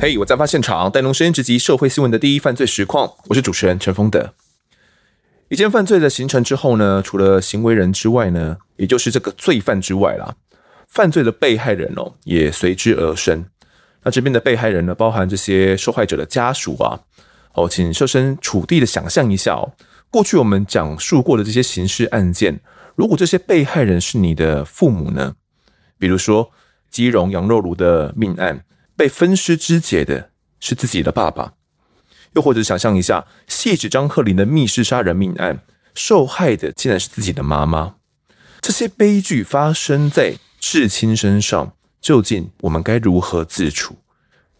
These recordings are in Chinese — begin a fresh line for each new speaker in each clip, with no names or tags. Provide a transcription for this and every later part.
嘿、我在发现场，带侬声音直击社会新闻的第一犯罪实况，我是主持人陈峰德。一件犯罪的形成之后呢，除了行为人之外呢，也就是这个罪犯之外啦，犯罪的被害人哦也随之而生。那这边的被害人呢，包含这些受害者的家属啊，哦，请设身处地的想象一下哦，过去我们讲述过的这些刑事案件，如果这些被害人是你的父母呢？比如说基隆羊肉炉的命案，被分尸肢解的是自己的爸爸；又或者想象一下细指张鹤林的密室杀人命案，受害的竟然是自己的妈妈。这些悲剧发生在至亲身上，究竟我们该如何自处？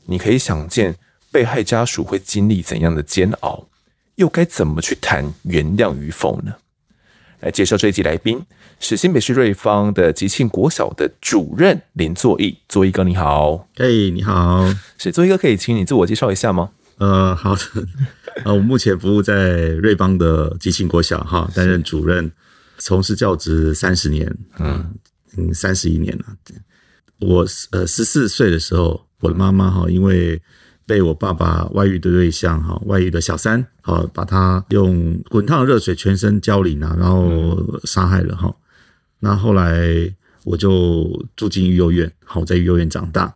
你可以想见被害家属会经历怎样的煎熬，又该怎么去谈原谅与否呢？来介绍这一集来宾是新北市瑞芳的吉庆国小的主任林作义，作义哥你好，
嘿你好，
是作义哥可以请你自我介绍一下吗？
呃，好 的，呃，我目前服务在瑞邦的基庆国小哈，担任主任，从事教职三十年，嗯嗯，三十一年了。我呃十四岁的时候，我的妈妈哈，因为被我爸爸外遇的对象哈，外遇的小三，好把他用滚烫的热水全身浇淋啊，然后杀害了哈。那后来我就住进育幼院，好，我在育幼院长大。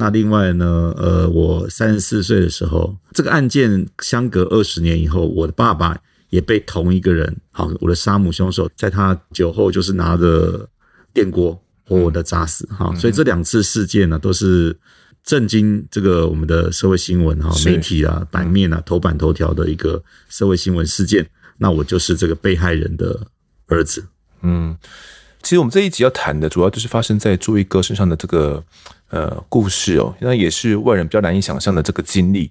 那另外呢，呃，我三十四岁的时候，这个案件相隔二十年以后，我的爸爸也被同一个人，好，我的杀母凶手，在他酒后就是拿着电锅活活的砸死哈、所以这两次事件呢，都是震惊这个我们的社会新闻哈、
是
媒体啊、版面啊、头版头条的一个社会新闻事件。那我就是这个被害人的儿子，
嗯，其实我们这一集要谈的主要就是发生在作义哥身上的这个呃故事哦，那也是外人比较难以想象的这个经历。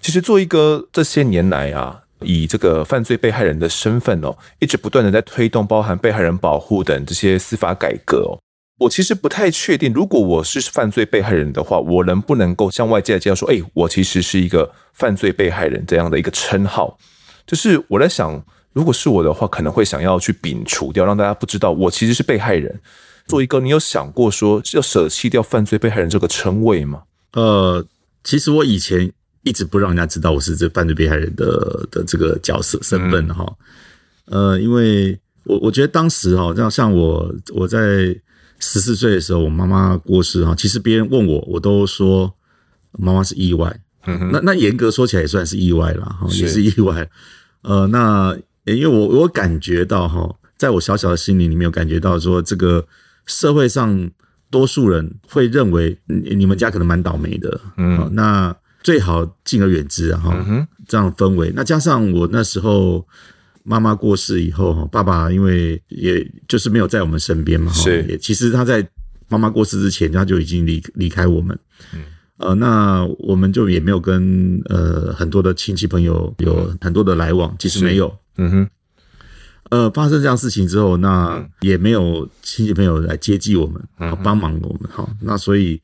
其实作义哥这些年来啊，以这个犯罪被害人的身份哦，一直不断的在推动包含被害人保护等这些司法改革哦。我其实不太确定，如果我是犯罪被害人的话，我能不能够向外界介绍说，哎、我其实是一个犯罪被害人这样的一个称号？就是我在想，如果是我的话，可能会想要去摒除掉，让大家不知道我其实是被害人。做一个，你有想过说要舍弃掉犯罪被害人这个称谓吗？
呃，其实我以前一直不让人家知道我是这犯罪被害人的的这个角色身份哈、呃，因为我我觉得当时哈，像像我我在十四岁的时候，我妈妈过世哈，其实别人问我，我都说妈妈是意外。嗯、那那严格说起来也算是意外啦，哈，
是
也是意外。呃，那因为我我感觉到哈，在我小小的心灵里面，有感觉到说，这个社会上多数人会认为你你们家可能蛮倒霉的，嗯、那最好敬而远之啊，哈、这样的氛围。那加上我那时候妈妈过世以后，哈，爸爸因为也就是没有在我们身边嘛，哈
是
也其实他在妈妈过世之前，他就已经离离开我们，呃，那我们就也没有跟呃很多的亲戚朋友有很多的来往，其实
是
没有。
嗯哼，
呃，发生这样事情之后，那也没有亲戚朋友来接济我们，啊帮忙我们。好，那所以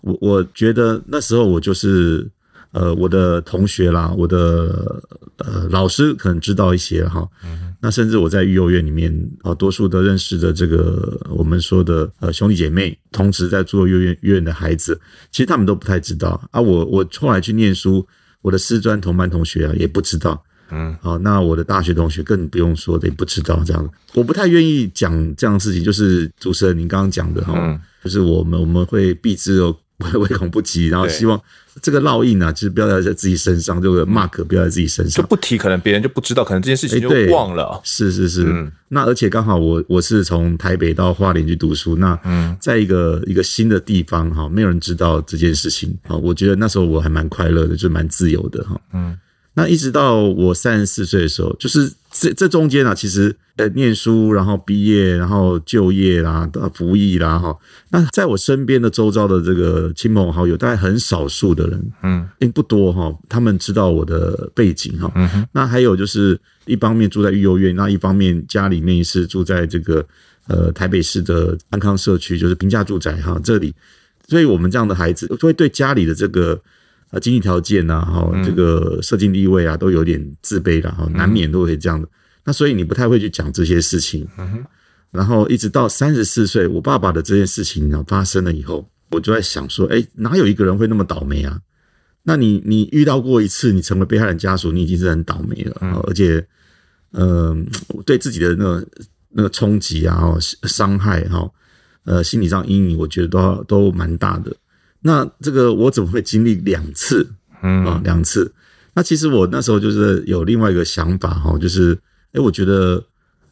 我我觉得那时候我就是呃，我的同学啦，我的呃老师可能知道一些哈。那甚至我在育幼院里面啊，呃多数的认识的这个我们说的呃兄弟姐妹，同时在做幼院院的孩子，其实他们都不太知道啊。我我后来去念书，我的师专同班同学啊也不知道。
嗯
好，那我的大学同学更不用说的，也不知道这样。我不太愿意讲这样的事情，就是主持人您刚刚讲的哈，
嗯
就是我们我们会避之而 唯恐不及，然后
对
希望这个烙印啊，就是不要在自己身上，这个 mark 不要在自己身
就
上。
不提，可能别人就不知道，可能这件事情
哎对
就忘了。啊
是是是，那而且刚好我我是从台北到花莲去读书，那在一个一个新的地方哈，没有人知道这件事情啊，我觉得那时候我还蛮快乐的，就蛮自由的哈。嗯，那一直到我三十四岁的时候，就是这这中间啊，其实呃念书，然后毕业，然后就业啦、呃服役啦哈，那在我身边的周遭的这个亲朋好友，大概很少数的人，
嗯，
并不多哈，他们知道我的背景哈。嗯、那还有就是，一方面住在育幼院，那一方面家里面是住在这个呃台北市的安康社区，就是平价住宅哈这里，所以我们这样的孩子会对家里的这个。呃，经济条件啊，哈，这个社经地位啊，都有点自卑了哈，难免都会这样的。那所以你不太会去讲这些事情，然后一直到三十四岁，我爸爸的这件事情呢发生了以后，我就在想说，哎，哪有一个人会那么倒霉啊？那你你遇到过一次，你成为被害人家属，你已经是很倒霉了，哦而且，呃，对自己的那个那个冲击啊、哦伤害哈、哦呃，心理上阴影，我觉得都都蛮大的。那这个我怎么会经历两次啊？
嗯
两、次。那其实我那时候就是有另外一个想法哈、哦，就是，哎、我觉得，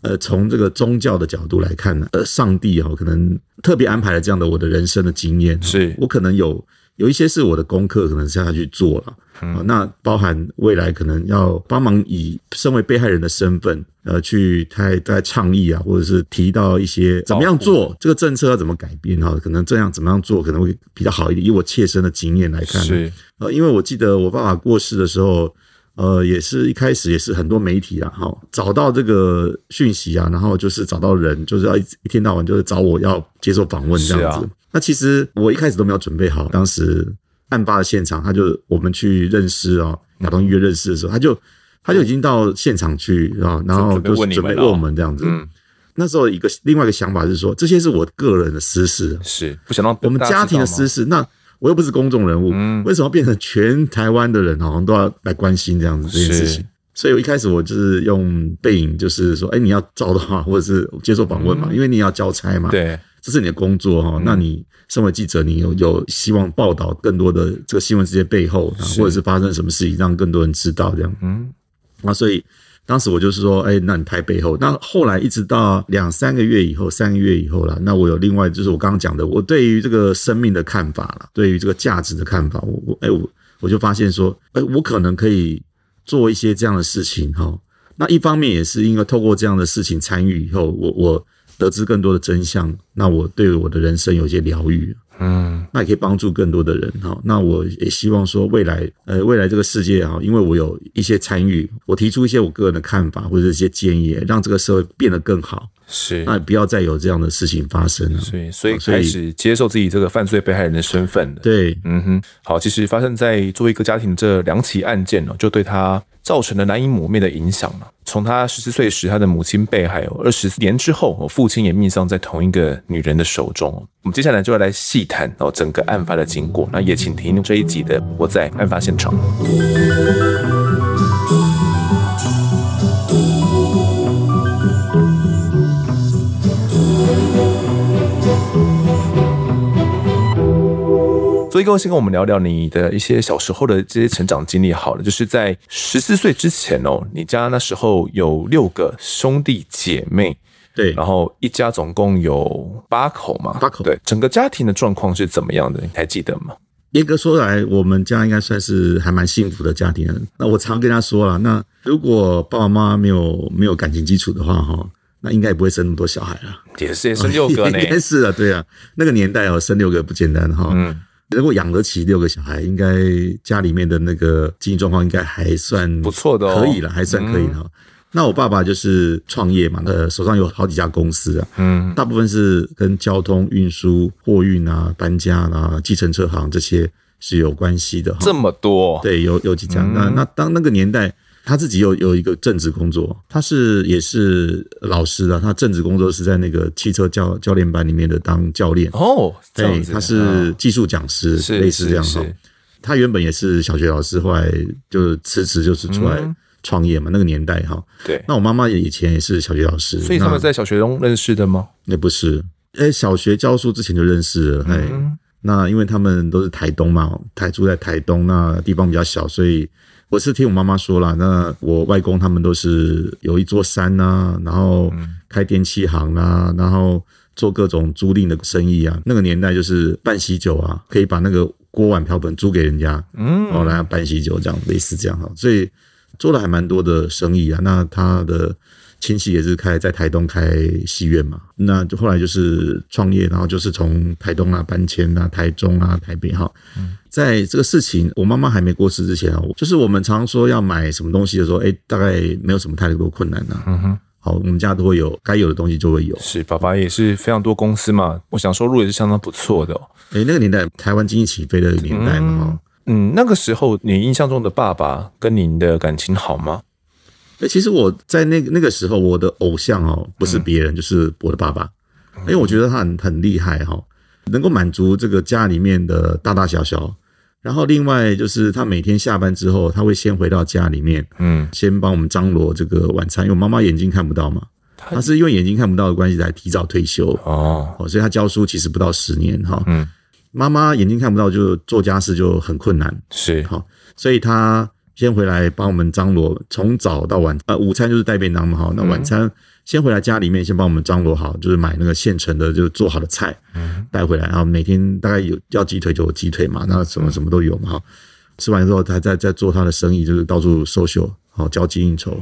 呃，从这个宗教的角度来看呢，呃，上帝哦，可能特别安排了这样的我的人生的经验哦，
是
我可能有有一些是我的功课，可能是要去做了。啊，那包含未来可能要帮忙以身为被害人的身份，呃，去太在倡议啊，或者是提到一些怎么样做这个政策要怎么改变哈、可能这样怎么样做可能会比较好一点。以我切身的经验来看，
是，
呃，因为我记得我爸爸过世的时候，呃，也是一开始也是很多媒体啊，哈，找到这个讯息啊，然后就是找到人，就是要一一天到晚就是找我要接受访问这样
是
子。
啊
那其实我一开始都没有准备好，当时案发的现场，他就我们去认识啊，亚东医院认识的时候，他就他就已经到现场去啊，然后
准备
就是
问你
准备
们
问
了
我们这样子。
嗯，
那时候一个另外一个想法是说，这些是我个人的私事，啊
是不想让
我们
大
家
知
庭
道
的
吗
私事，那我又不是公众人物，
嗯
为什么变成全台湾的人好像都要来关心这样子这件事
是
情？所以我一开始我就是用背影，就是说，哎、你要照的话，或者是接受访问嘛，因为你也要交差嘛，，
嗯对，嗯
这是你的工作哈、哦。那你身为记者，你有有希望报道更多的这个新闻世界背后，啊
是
或者是发生什么事情，让更多人知道这样。
嗯，
啊，所以当时我就是说，哎、那你拍背后。那后来一直到两三个月以后，三个月以后啦，那我有另外就是我刚刚讲的，我对于这个生命的看法啦，对于这个价值的看法，我我哎、我我就发现说，哎、我可能可以做一些这样的事情哈。那一方面也是因为透过这样的事情参与以后，我我得知更多的真相，那我对我的人生有一些疗愈。啊
嗯，
那也可以帮助更多的人哈。那我也希望说未来，呃，未来这个世界哈，因为我有一些参与，我提出一些我个人的看法或者一些建议，让这个社会变得更好。
是
那。也不要再有这样的事情发生啊了。
所以，所以
啊哦所以
开始接受自己这个犯罪被害人的身份了。
对，
嗯哼，好，其实发生在作为一个家庭这两起案件呢、就对他造成了难以抹灭的影响了、从他十四岁时，他的母亲被害哦；二十年之后，哦，父亲也命丧在同一个女人的手中哦。我们接下来就要来细谈哦整个案发的经过。那也请听这一集的《我在案发现场》。所以，各位先跟我们聊聊你的一些小时候的这些成长经历好了。就是在十四岁之前哦，你家那时候有六个兄弟姐妹，
对
然后一家总共有八口嘛，
八口
对，整个家庭的状况是怎么样的？你还记得吗？
严格说来，我们家应该算是还蛮幸福的家庭了。那我常跟他说了，那如果爸爸妈妈没有没有感情基础的话，哈，那应该也不会生那么多小孩了。
也是也是六个呢
应，该是啊，对啊，那个年代哦，生六个不简单哈。
嗯，
如果养得起六个小孩，应该家里面的那个经济状况应该还算
不错的哦嗯
可以了，还算可以了。那我爸爸就是创业嘛，呃，手上有好几家公司啊，
嗯，
大部分是跟交通运输、货运啊、搬家啊、计程车行这些是有关系的哈。
这么多，
对，有有几家。那
嗯
那当那个年代，他自己有有一个正职工作，他是也是老师啊，他正职工作是在那个汽车教教练班里面的当教练。
哦，这
对
样，子，嗯
他是技术讲师，
是
类似这样
是
哈
是。
他原本也是小学老师，后来就辞职，就是出
嗯
来创业嘛。那个年代哈，
对，
那我妈妈也以前也是小学老师，
所以他
那
们在小学中认识的吗？
也不是，哎，小学教书之前就认识了，哎、那因为他们都是台东嘛，台住在台东，那地方比较小，所以我是听我妈妈说啦，那我外公他们都是有一座山啊，然后开电器行啊，然后做各种租赁的生意啊，那个年代就是办喜酒啊，可以把那个锅碗瓢盆租给人家，
嗯，
哦，来办喜酒这样，类似这样哈，所以做了还蛮多的生意啊。那他的亲戚也是开在台东开戏院嘛，那就后来就是创业，然后就是从台东啊搬迁啊、台中啊、台北哈。
嗯
在这个事情，我妈妈还没过世之前啊，我就是我们常说要买什么东西的时候，哎、大概没有什么太多困难呐、啊。
嗯哼，
好，我们家都会有，该有的东西就会有。
是爸爸也是非常多公司嘛，我想收入也是相当不错的、哦。
哎、那个年代台湾经济起飞的年代嘛，哈、
嗯，那个时候你印象中的爸爸跟您的感情好吗？
欸，其实我在那个那个时候，我的偶像哦，不是别人，就是我的爸爸，因为我觉得他很很厉害哈、哦，能够满足这个家里面的大大小小然后另外就是他每天下班之后，他会先回到家里面，
嗯，
先帮我们张罗这个晚餐，因为我妈妈眼睛看不到嘛，
他
她是因为眼睛看不到的关系才提早退休，
哦，
哦，所以她教书其实不到十年哈。
嗯，
妈妈眼睛看不到就做家事就很困难，
是
好，所以他先回来帮我们张罗，从早到晚，呃，午餐就是带便当嘛，哈，那晚餐先回来家里面先帮我们张罗好，就是买那个现成的，就是做好的菜，带回来，然后每天大概有要鸡腿就有鸡腿嘛，那什么什么都有嘛，哈，吃完之后他再再做他的生意，就是到处 social，好交际应酬，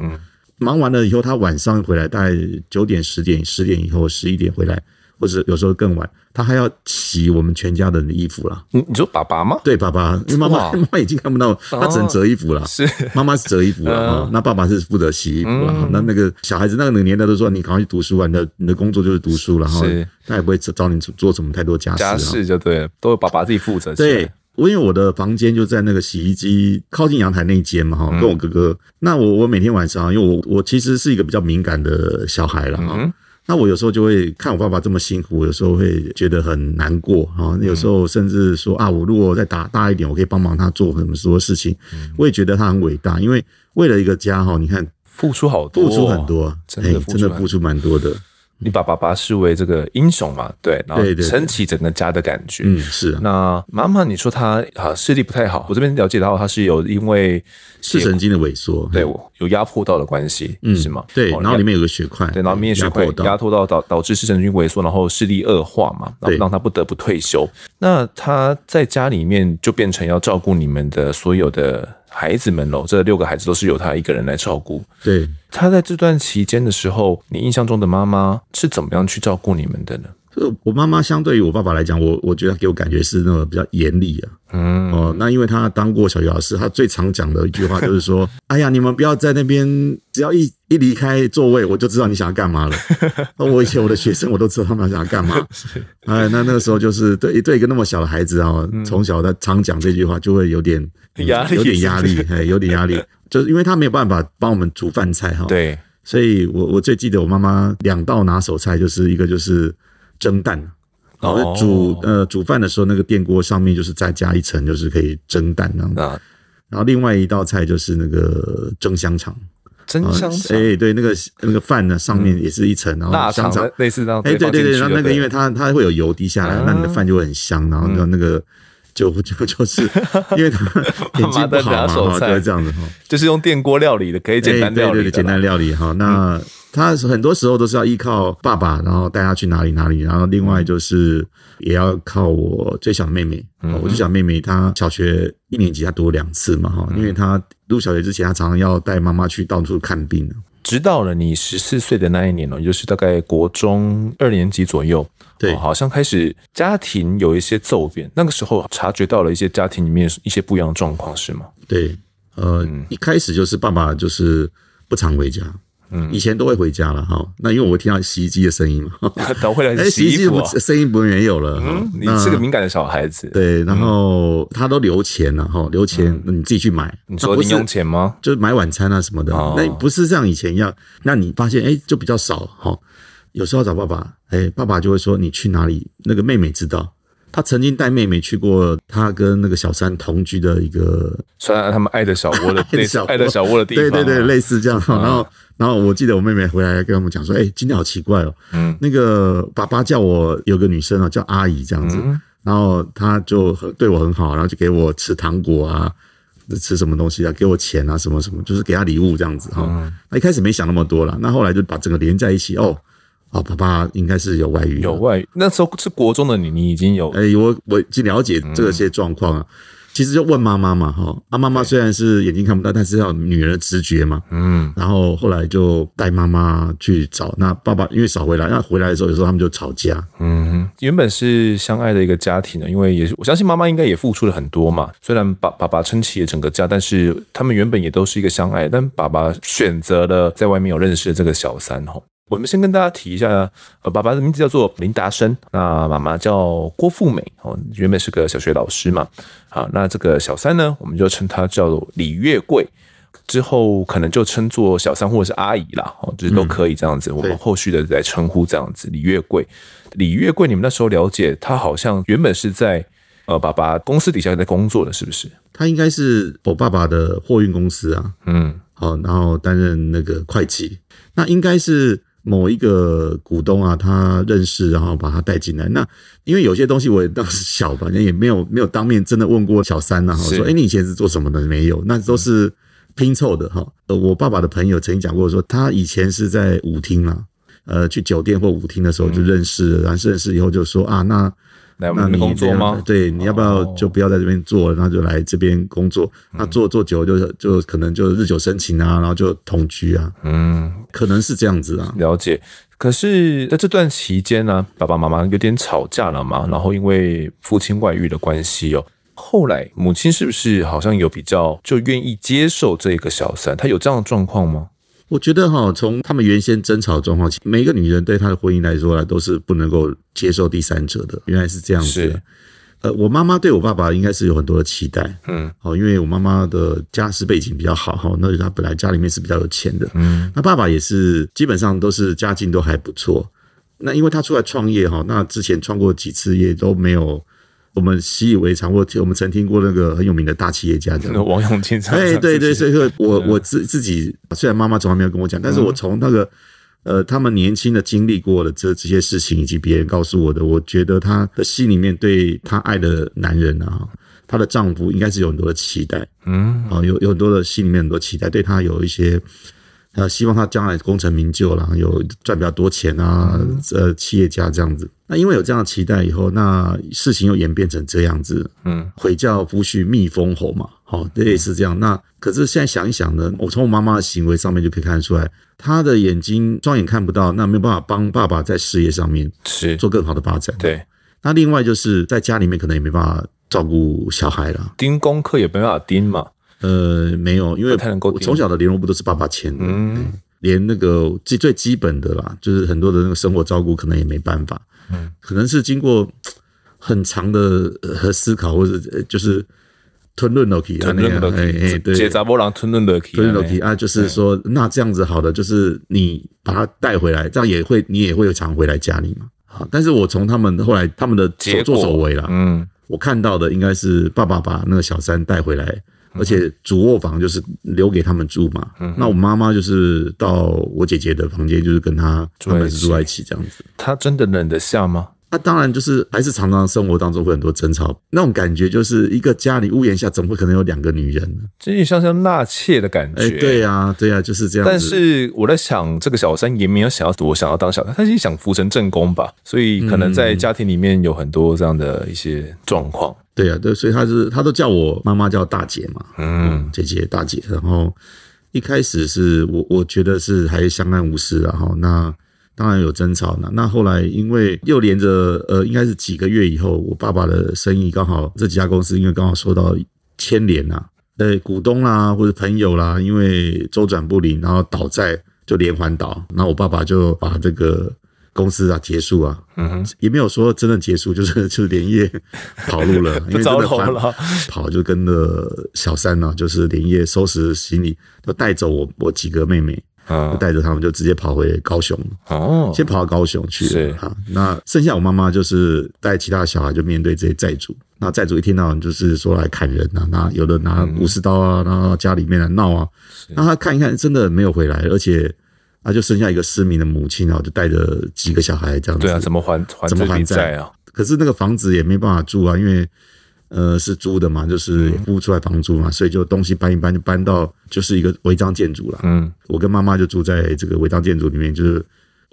忙完了以后，他晚上回来大概九点、十点、十点以后、十一点回来，或者有时候更晚，他还要洗我们全家人的衣服啦。
你你说爸爸吗？
对，爸爸，因为妈妈
哇哦
妈妈已经看不到，他只能折衣服了。
是
妈妈是折衣服了
嗯
啊、那爸爸是负责洗衣服了、那那个小孩子那个年代都说，你赶快去读书啊，你的你的工作就是读书了哈
是，
他也不会找你做什么太多家事啊。
家事就对了，都有爸爸自己负责。
对，，我因为我的房间就在那个洗衣机靠近阳台那一间嘛，
嗯
哈，跟我哥哥。那我我每天晚上，因为我我其实是一个比较敏感的小孩了哈。
嗯
那我有时候就会看我爸爸这么辛苦，有时候会觉得很难过哈。有时候甚至说啊，我如果再打大一点，我可以帮忙他做很多事情。
嗯
我也觉得他很伟大，因为为了一个家哈，你看
付出好多，哦
付出很多，
真的
嘿
付
真
出
的
很
付出蛮多的。
你把爸爸视为这个英雄嘛？对，然后
对对对
撑起整个家的感觉。
嗯，是啊，
那妈妈，你说她啊视力不太好，我这边了解到她是有因为
视神经的萎缩。
对我有压迫到的关系，
嗯，
是吗？
对，
哦
然后里面有个血块，
对，然后面
压
血
迫
块
到
压迫到导导致视神经萎缩，然后视力恶化嘛，然后
对
让他不得不退休。那他在家里面就变成要照顾你们的所有的孩子们喽，这六个孩子都是由他一个人来照顾。
对。
他在这段期间的时候，你印象中的妈妈是怎么样去照顾你们的呢？
呃，我妈妈相对于我爸爸来讲，我我觉得给我感觉是那种比较严厉啊。
嗯，
哦、那因为她当过小学老师，她最常讲的一句话就 是说：“哎呀，你们不要在那边，只要一一离开座位，我就知道你想要 干嘛了。”那我以前我的学生，我都知道他们想要干嘛。哎，那那个时候就是对对一个那么小的孩子啊、哦，从小他常讲这句话，就会有点嗯
嗯压力
有点压 力，哎，有点压力，就是因为他没有办法帮我们煮饭菜哈、。
对，
所以我我最记得我妈妈两道拿手菜，就是一个就是蒸蛋，然后煮呃煮饭的时候，那个电锅上面就是再加一层，就是可以蒸蛋那样子。
那
然后另外一道菜就是那个蒸香肠，
真
啊
香肠、
哎对，那个那个饭呢上面也是一层，然
腊
后香
肠
肠，
类似这样，
哎对对对，然后那个因
为
为它它会有油滴下来
啊，
那你的饭就会很香，然后那那个。就就就是，因为他眼睛不好
拿
嘛，
手
哈就
菜
会这样子哈。
就是用电锅料理的，可以简单
哎
料理
对对
的
对，简
啦嗯
单料理哈。那他很多时候都是要依靠爸爸，然后带他去哪里哪里，然后另
嗯
外就是也要靠我最小的妹妹。哦我最小妹妹她小学一年级她读了两次嘛哈，
嗯
因为她入小学之前，她常常要带妈妈去到处看病。啊
直到了你十四岁的那一年哦，也就是大概国中二年级左右，
对
哦好像开始家庭有一些骤变。那个时候察觉到了一些家庭里面一些不一样的状况，是吗？
对，呃，一开始就是爸爸就是不常回家。
嗯
以前都会回家了哈，那因为我会听到洗衣机的 声音嘛，
倒回来
哎、
是
洗
洗
衣
衣
机
服
不
啊，
声音不没有了，哈
嗯，你
那
是个敏感的小孩子，
对，然后他都留钱了哈，留钱你自己去买。
嗯你
那
说
不
零
是
用钱吗？
就是买晚餐啊什么的
哦，
那不是像以前一样，那你发现哎、就比较少哈。有时候找爸爸，哎、爸爸就会说你去哪里，那个妹妹知道。他曾经带妹妹去过他跟那个小三同居的一个
虽然他们爱的小窝 的类似
小窝
爱的小窝的地方啊，
对对对，类似这样。然后，然后我记得我妹妹回来跟我们讲说：“哎、今天好奇怪哦，
嗯
那个爸爸叫我有个女生啊，叫阿姨这样子，
嗯
然后她就很对我很好，然后就给我吃糖果啊，吃什么东西啊，给我钱啊，什么什么，就是给她礼物这样子哈。
嗯
那一开始没想那么多了，那后来就把整个连在一起哦。”哦，爸爸应该是有外遇，啊
有外遇。那时候是国中的你，你已经有
哎、我我已经了解这些状
嗯
况啊。其实就问妈妈嘛，哈，啊，妈妈虽然是眼睛看不到，但是要女人的直觉嘛，
嗯
然后后来就带妈妈去找，那爸爸因为少回来，那回来的时候有时候他们就吵架，
嗯，原本是相爱的一个家庭呢，因为也是我相信妈妈应该也付出了很多嘛。虽然爸爸爸撑起了整个家，但是他们原本也都是一个相爱，但爸爸选择了在外面有认识的这个小三吼。我们先跟大家提一下，呃，爸爸的名字叫做林达生，那妈妈叫郭富美哦，原本是个小学老师嘛。好，那这个小三呢，我们就称她叫做李月桂。之后可能就称作小三或者是阿姨啦，哦，就是都可以这样子。我们后续的来称呼这样子。李月桂，李月桂，你们那时候了解她好像原本是在呃爸爸公司底下在工作的，是不是？
他应该是我爸爸的货运公司啊，
嗯，
好，然后担任那个会计，那应该是某一个股东啊，他认识，然后把他带进来。那因为有些东西我也当时小吧，也没有没有当面真的问过小三呐、啊，
是
说哎、诶你以前是做什么的？没有，那都是拼凑的哈。呃，我爸爸的朋友曾经讲过说，他以前是在舞厅啦、呃，去酒店或舞厅的时候就认识了，然后认识以后就说啊，那
来我
那
们
你
工作
这样
吗？哦
对，你要不要就不要在这边做，然后就来这边工作？
嗯
那做做久了就就可能就日久生情啊，然后就同居啊，
嗯，
可能是这样子啊。
了解。可是在这段期间呢、爸爸妈妈有点吵架了嘛，然后因为父亲外遇的关系哦，后来母亲是不是好像有比较就愿意接受这个小三？她有这样的状况吗？
我觉得哈，从他们原先争吵的状况起，每一个女人对她的婚姻来说啊，都是不能够接受第三者的，原来是这样子
是
的。呃，我妈妈对我爸爸应该是有很多的期待，
嗯，
哦，因为我妈妈的家世背景比较好哈，那她本来家里面是比较有钱的，
嗯，
那爸爸也是基本上都是家境都还不错。那因为他出来创业哈，那之前创过几次业都没有我们习以为常，或我们曾听过那个很有名的大企业家这样
那王永庆常常
哎，对对，
自己
所以说我我自自己虽然妈妈从来没有跟我讲，但是我从那个呃他们年轻的经历过的这这些事情，以及别人告诉我的，我觉得她的心里面对她爱的男人啊，她的丈夫应该是有很多的期待
嗯
啊，有有很多的心里面很多期待，对她有一些。呃，希望她将来功成名就啦，有赚比较多钱啊，呃，企业家这样子。那因为有这样的期待以后，那事情又演变成这样子，
嗯，
回教夫婿蜜蜂猴嘛，好、类似这样。那可是现在想一想呢，我从我妈妈的行为上面就可以看得出来，她的眼睛双眼看不到，那没有办法帮爸爸在事业上面
是，
做更好的发展。
对，
那另外就是在家里面可能也没办法照顾小孩了，
盯功课也没办法盯嘛，
呃，没有，因为
不太能够
我从小的联络部都是爸爸签的，
嗯
连那个最最基本的啦，就是很多的那个生活照顾，可能也没办法。
嗯，
可能是经过很长的呃和思考，或者呃就是吞论落去啊，
吞论落
那样哎哎
去，
对
结，查波浪吞论落去，
吞论落去啊，就是说那这样子好的，就是你把它带回来，这样也会你也会常回来家里嘛。好，但是我从他们后来他们的所
结
作
果
所为啦，
嗯，
我看到的应该是爸爸把那个小三带回来，
嗯
而且主卧房就是留给他们住嘛。那我妈妈就是到我姐姐的房间，就是跟她
住在
他
一起
们是住在一起这样子。
他真的忍得下吗？
那、当然就是还是常常生活当中会很多争吵，那种感觉就是一个家里屋檐下怎么会可能有两个女人呢？
这有点像像纳妾的感觉，
哎、对啊，对啊，就是这样子。
但是我在想，这个小三也没有想要我想要当小三，他是想扶成正宫吧，所以可能在家庭里面有很多这样的一些状况。
对啊，对，所以她是她都叫我妈妈叫大姐嘛，嗯，姐姐大姐。然后一开始是我我觉得是还相安无事啦，然后那当然有争吵那那后来因为又连着呃，应该是几个月以后，我爸爸的生意刚好这几家公司因为刚好受到牵连呐、呃，股东啦或者朋友啦，因为周转不灵，然后倒债就连环倒，那我爸爸就把这个公司啊结束啊，
嗯哼，
也没有说真的结束，就是就是 连夜跑路了，因为真
着
的
头
还
了
跑就跟着小三呢、啊就是连夜收拾行李，就带走我我几个妹妹，就
嗯，
带着他们就直接跑回高雄，
哦，
先跑到高雄去
是
了啊。那剩下我妈妈就是带其他小孩就面对这些债主，那债主一天到晚就是说来砍人啊，那有的拿
嗯
武士刀啊，然后家里面来闹啊，那他看一看真的没有回来，而且。啊，就剩下一个失明的母亲啊，就带着几个小孩这样子。
对啊，怎么还还这
怎么
笔
还
债啊？
可是那个房子也没办法住啊，因为呃是租的嘛，就是
嗯
付不出来房租嘛，所以就东西搬一搬就搬到就是一个违章建筑了。
嗯，
我跟妈妈就住在这个违章建筑里面，就是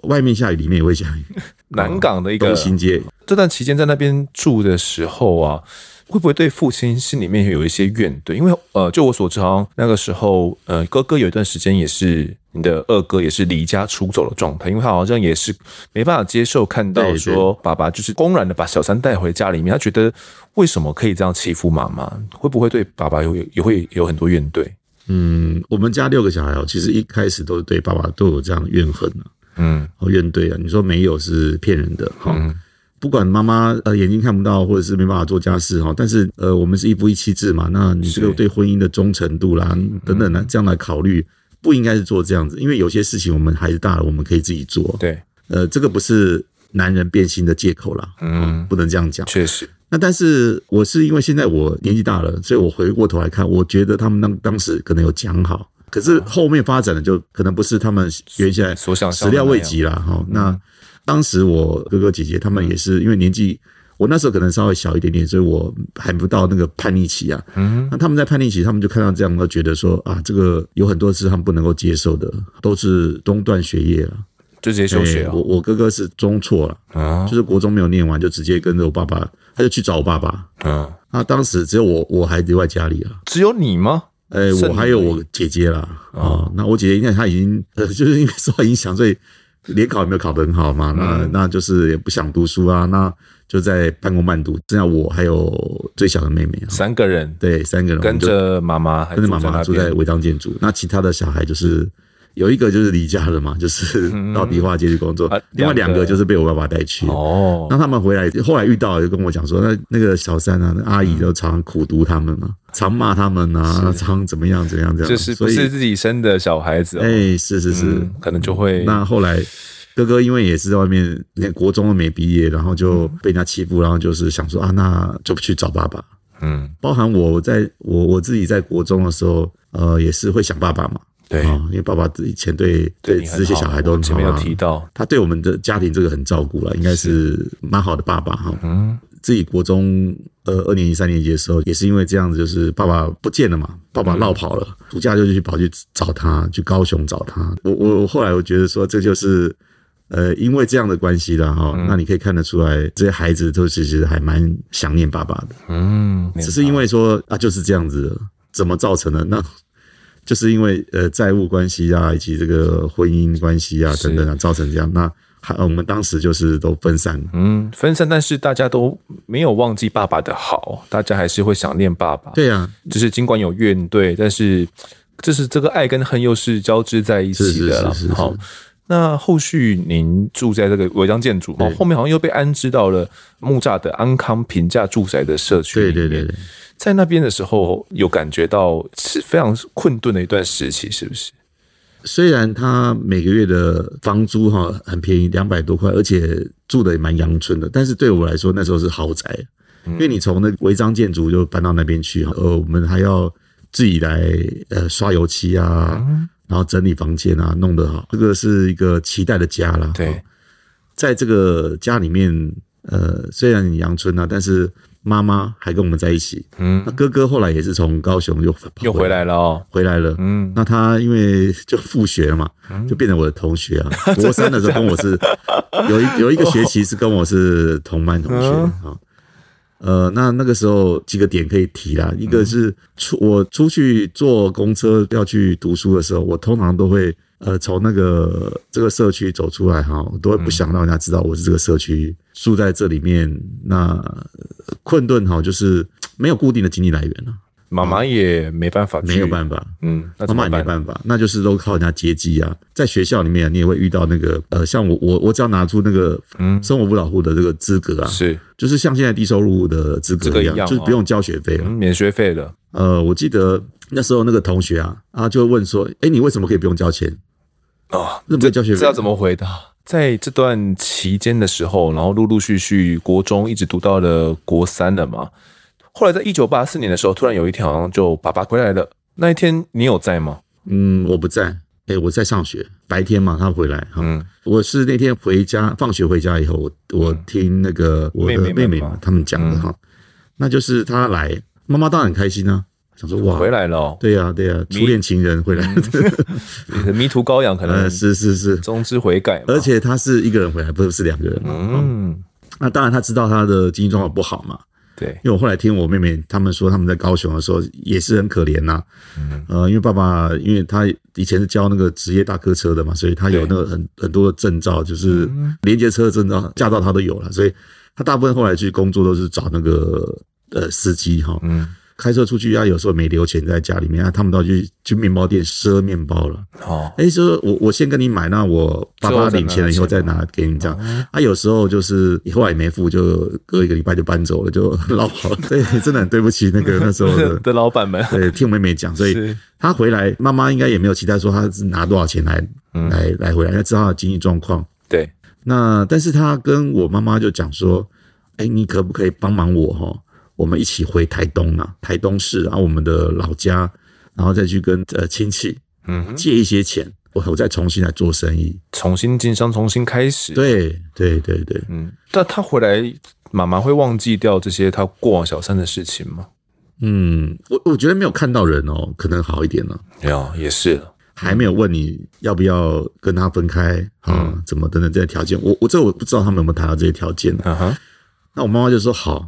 外面下雨，里面也会下雨。
南港的一个
东兴街
这段期间在那边住的时候啊，会不会对父亲心里面有一些怨怼？因为呃，就我所知，好像那个时候，呃，哥哥有一段时间也是你的二哥也是离家出走的状态，因为他好像也是没办法接受看到
对对
说爸爸就是公然的把小三带回家里面，他觉得为什么可以这样欺负妈妈？会不会对爸爸有也会有很多怨怼？
嗯，我们家六个小孩哦，其实一开始都是对爸爸都有这样的怨恨啊，
嗯
哦怨怼啊。你说没有是骗人的哈。不管妈妈呃眼睛看不到，或者是没办法做家事哈，但是呃我们是一夫一妻制嘛，那你这个
是嗯
对婚姻的忠诚度啦等等呢，这样来考虑，不应该是做这样子，因为有些事情我们孩子大了，我们可以自己做，
对，
呃，这个不是男人变性的借口啦。嗯，不能这样讲。
确实，
那但是我是因为现在我年纪大了，所以我回过头来看，我觉得他们当当时可能有讲好，可是后面发展的就可能不是他们原先
哦所想象
始
的嗯
料未及啦。哈、那当时我哥哥姐姐他们也是因为年纪。我那时候可能稍微小一点点，所以我还不到那个叛逆期啊。嗯，那他们在叛逆期，他们就看到这样，都觉得说啊，这个有很多是他们不能够接受的，都是中断学业了。
就直接休学
哎
啊
我我哥哥是中辍了，
啊
就是国中没有念完，就直接跟着我爸爸，他就去找我爸爸。
啊！
那当时只有我，我还留在家里了。
只有你吗？
哎、
剩你
我还有我姐姐啦。
哦
啊、那我姐姐因为她已经呃，就是因为受到影响，所以联考也没有考得很好嘛。那、
嗯
那就是也不想读书啊，那就在半工半读。剩下我还有最小的妹妹啊，
三个人
对，三个人
跟
我们
着妈妈，还
就跟着妈
住
妈住
那
在
边
违章建筑。那其他的小孩就是。有一个就是离家了嘛，就是到迪化街去工作
嗯啊；
另外
两
两
个
个就是被我爸爸带去。
哦，
那他们回来后来遇到，就跟我讲说，那那个小三啊，那阿姨就常苦读他们嘛，常骂他们啊，常怎么样怎么样怎
嗯
么样，
就是不
所以
是自己生的小孩子哦，
哎、是是是、
嗯可能就会
那后来哥哥因为也是在外面，连国中都没毕业，然后就被人家欺负，然后就是想说啊，那就不去找爸爸。
嗯，
包含我在我我自己在国中的时候，呃，也是会想爸爸嘛，
对
啊、因为爸爸以前对对
你很
这些小
好
孩都
我
很
前
好、啊，
面有提到，
他对我们的家庭这个很照顾了，应该是蛮好的爸爸哈。嗯，自己国中呃二年级、三年级的时候，也是因为这样子，就是爸爸不见了嘛，爸爸落跑了，暑假就去跑去找他，去高雄找他。我我我后来我觉得说，这就是呃因为这样的关系了哈。那你可以看得出来，这些孩子都其实还蛮想念爸爸的。
嗯，
只是因为说啊，就是这样子的，怎么造成的？那 就是因为呃债务关系啊，以及这个婚姻关系啊
是
等等啊，造成这样。那还呃我们当时就是都分散了。
嗯分散，但是大家都没有忘记爸爸的好，大家还是会想念爸爸，
对啊，
就是尽管有怨怼，但是这是这个爱跟恨又是交织在一起的了
是是是是。是
好，那后续您住在这个违章建筑，哦，后面好像又被安置到了木栅的安康平价住宅的社区。
对对对，对，
在那边的时候有感觉到是非常困顿的一段时期，是不是？
虽然他每个月的房租哈很便宜，两百多块，而且住的也蛮阳春的，但是对我来说那时候是豪宅，啊
嗯
因为你从那个违章建筑就搬到那边去，呃，我们还要自己来呃刷油漆啊，
嗯
然后整理房间啊，弄得好，这个是一个期待的家啦。哦
对，
在这个家里面，呃，虽然你阳春啊，但是妈妈还跟我们在一起，
嗯
那哥哥后来也是从高雄又跑
又回来了哦。
回来了，
嗯，
那他因为就复学了嘛，就变成我的同学啊。国三的时候跟我是有一有一个学期是跟我是同班同学啊。呃，那那个时候几个点可以提啦，一个是出我出去坐公车要去读书的时候，我通常都会呃从那个这个社区走出来哈，我都会不想让人家知道我是这个社区住在这里面。那呃困顿哈，就是没有固定的经济来源了，
妈妈也没办法去，
没有办法。
嗯，那
妈
怎么
妈也没
办？
办法，那就是都靠人家接济啊。在学校里面、你也会遇到那个呃，像我我我只要拿出那个
嗯
生活辅导户的这个资格啊，
是，
就是像现在低收入户的资
这个
格一样，
一样啊
就是不用交学费了。啊
嗯，免学费了。
呃，我记得那时候那个同学啊啊，就会问说，哎、你为什么可以不用交钱？
哦，
那不用交学
这
费
要？怎么回答？在这段期间的时候，然后陆陆续续国中一直读到了国三了嘛。后来在一九八四年的时候，突然有一天好像就爸爸回来了。那一天你有在吗？
嗯，我不在，哎、我在上学，白天嘛，他回来哈。
嗯
我是那天回家，放学回家以后，我我听那个我
妹
的
妹们嗯
妹妹
嘛
嘛，他们讲的哈，那就是她来，妈妈当然很开心啊，想说哇，
回来了、 哦，
对呀、对呀、初恋情人回来，
你的迷途羔羊嗯可能
呃， 是是是，
终之悔改嘛。
而，且他是一个人回来，不是两个人嘛。
嗯，
那当然，他知道他的经济状况不好嘛，
对，
因为我后来听我妹妹他们说，他们在高雄的时候也是很可怜呐、
嗯
呃，因为爸爸，因为他以前是教那个职业大客车的嘛，所以他有那个很很多的证照，就是
嗯
连接车的证照、驾照他都有了，所以他大部分后来去工作都是找那个呃司机哈。
嗯，
开车出去啊，有时候没留钱在家里面啊，他们都要去去面包店赊面包了。
哦，
哎、说我我先跟你买，那我爸爸领钱了以后再拿给你这样。
嗯
啊，有时候就是以后来也没付，就隔一个礼拜就搬走了，就落跑了。 对，真的很对不起那个那时候的。
的老板们，
对，听我妹妹讲，所以
是
她回来，妈
嗯
妈应该也没有期待说她是拿多少钱来、来来回来，因为知道她的经济状况。
对，
那但是他跟我妈妈就讲说，哎、你可不可以帮忙我哈？我们一起回台东啊，台东市啊，我们的老家，然后再去跟呃亲戚
嗯哼，
借一些钱，我我再重新来做生意。
重新经商，重新开始。，
对对对对，
嗯，但他回来，妈妈会忘记掉这些他过往小三的事情吗？
嗯，我我觉得没有看到人哦，可能好一点了。
没有，也是。
还没有问你要不要跟他分开啊、
嗯
怎么等等这些条件，我我这我不知道他们有没有谈到这些条件呢、啊
嗯哼，
那我妈妈就说好，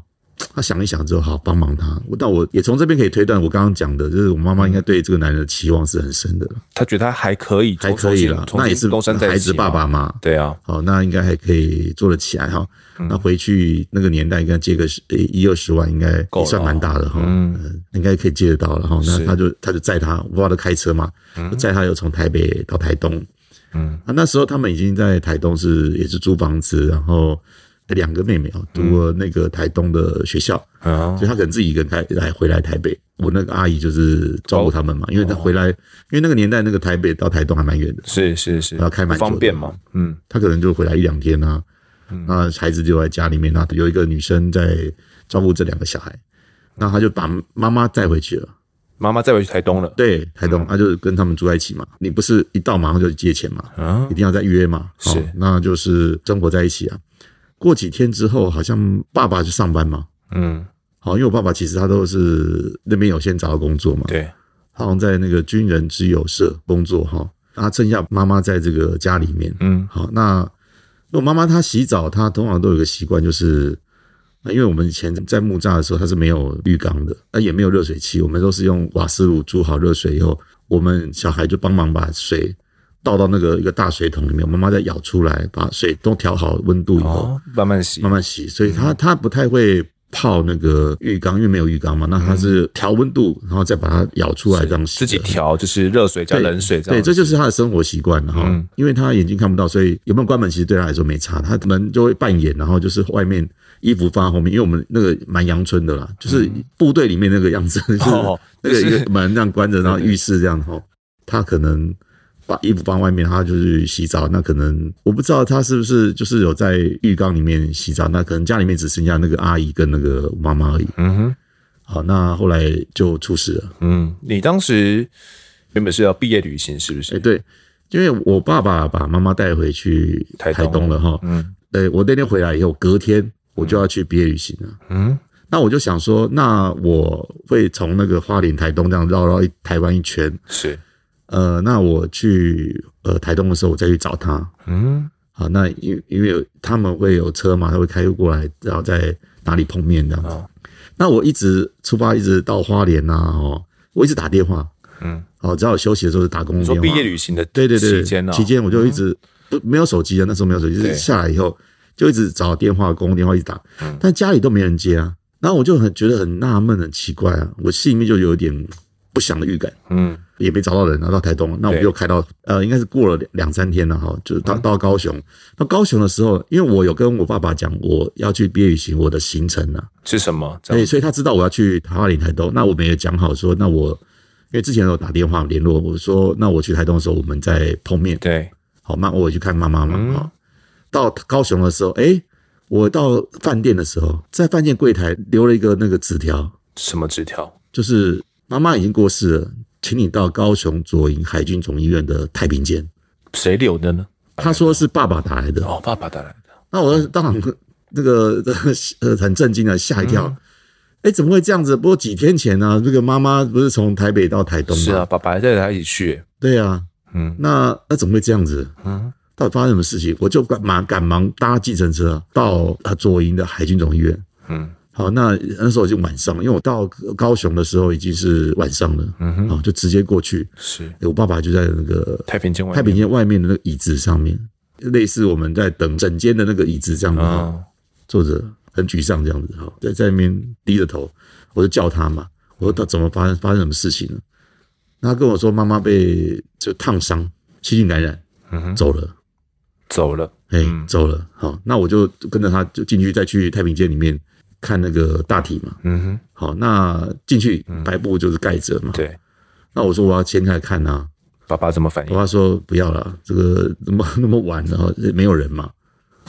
她想一想之后好帮忙他。我但我也从这边可以推断，我刚刚讲的就是我妈妈应该对这个男人的期望是很深的，
他觉得他还可以，
还可以
重新，
了
重
那也是
新东山再
孩
起啊
子
嘛
爸爸。嘛。
对啊，
好，那应该还可以做得起来哈。
嗯
那回去那个年代，应该借个十呃一二十万，应该
够了
也算蛮大的哈。
嗯
呃，应该可以借得到了哈。
是
那他就他就载他，我爸都开车嘛，就载他又从台北到台东。
嗯，
啊，那时候他们已经在台东是也是租房子，然后两个妹妹啊读了那个台东的学校，
嗯
所以他可能自己一个人开来回来台北。我那个阿姨就是照顾他们嘛，因为
哦
她回来，因为那个年代那个台北到台东还蛮远的，
是是是，
要开蛮久的
方便嘛，嗯
她可能就回来一两天啊，那孩子就在家里面啊，那有一个女生在照顾这两个小孩，那她就把妈妈带回去了。
妈妈再回去台东了，
对，台东，
嗯
他、就跟他们住在一起嘛。你不是一到马上就借钱嘛，
啊
一定要再约嘛。哦
是
那就是生活在一起啊。过几天之后，好像爸爸去上班嘛。
嗯，
好，因为我爸爸其实他都是那边有先找到工作嘛，
对，
他好像在那个军人之友社工作哈。那剩下妈妈在这个家里面，
嗯
好，那因为我妈妈她洗澡，她通常都有个习惯，就是呃因为我们以前在木栅的时候，它是没有浴缸的，那也没有热水器，我们都是用瓦斯炉煮好热水以后，我们小孩就帮忙把水倒到那个一个大水桶里面，我妈妈再舀出来，把水都调好温度以后，
哦，嗯慢慢洗
慢，慢洗，所以她她不太会。泡那个浴缸，因为没有浴缸嘛，那她是调温度，然后再把它舀出来这样洗
嗯
的。
自己调，就是热水加
对
冷水这
对，
样子。
这就是他的生活习惯了哈。
嗯
因为他眼睛看不到，所以有没有关门其实对他来说没差。他门就会半掩，然后就是外面衣服放在后面，因为我们那个蛮阳春的啦，就是部队里面那个样子， 就是
嗯哦
那个
就
一
是
个门这样关着，然后浴室这样哈。他可能把衣服放外面，他就去洗澡。那可能我不知道他是不是就是有在浴缸里面洗澡，那可能家里面只剩下那个阿姨跟那个妈妈而已。
嗯哼，
好，那后来就出事了。
嗯，你当时原本是要毕业旅行，是不
哎、
是？
对，因为我爸爸把妈妈带回去
台
台
东
东了哈。
嗯
呃、我那天回来以后，隔天我就要去毕业旅行了。
嗯，
那我就想说，那我会从那个花莲、台东这样绕绕一台湾一圈。
是，
呃，那我去呃台东的时候，我再去找他。
嗯
好，那因因为有他们会有车嘛，他会开过来，然后在哪里碰面这样子。
哦
那我一直出发，一直到花莲呐、哦，我一直打电话。
嗯，
好，只要有休息的时候就打工
你
电
说
话。
毕业旅行的
对对对，
期间呢？啊哦嗯
期间我就一直、不没有手机啊，那时候没有手机，就
对
是下来以后就一直找电话公共电话一直打，
嗯
但家里都没人接啊。然后我就很觉得很纳闷，很奇怪啊，我心里面就有一点不祥的预感，
嗯
也没找到人啊，到台东，那我
对嗯
又开到呃，应该是过了两两三天了哈，就是到到高雄。到高雄的时候，因为我有跟我爸爸讲我要去毕业旅行我的行程啊，
是什么？这
对，
样
所以他知道我要去花莲台东，那我们也讲好说，那我因为之前有打电话联络，我说那我去台东的时候我们再碰面，
对，
好，那我去看妈妈
嗯
嘛，好，到高雄的时候，哎、我到饭店的时候，在饭店柜台留了一个那个纸条，
什么纸条？
就是妈妈已经过世了，请你到高雄左营海军总医院的太平间。
谁留的呢？
他说是爸爸打来的，
哦，爸爸带来的。
那我当场那个 呃很震惊啊，吓一跳。
嗯
哎、怎么会这样子？不过几天前呢、那个妈妈不是从台北到台东吗？
是啊，，爸爸还带着他一起去。
对啊，
嗯
那那怎么会这样子？
嗯，
到底发生什么事情？我就赶忙赶忙搭计程车到呃左营的海军总医院。
嗯
好，那那时候已经晚上了，因为我到高雄的时候已经是晚上了，
嗯哼，
啊，就直接过去。
是
我爸爸就在那个
太平间外面。
太平间外面的那个椅子上面，类似我们在等整间的那个椅子这样子，
啊，
坐着很沮丧这样子，哈，在在那边低着头，我就叫他嘛，我说他怎么发生发生什么事情了？那他跟我说妈妈被就烫伤，细菌感染
嗯哼，
走了。
走了。
哎、
嗯
走了，好，那我就跟着他就进去，再去太平间里面看那个大体嘛。
嗯哼，
好，那进去白布就是盖着嘛。
嗯对，
那我说我要掀开看啊，
爸爸怎么反
我
应？
爸说不要了，这个那么那么晚了，没有人嘛。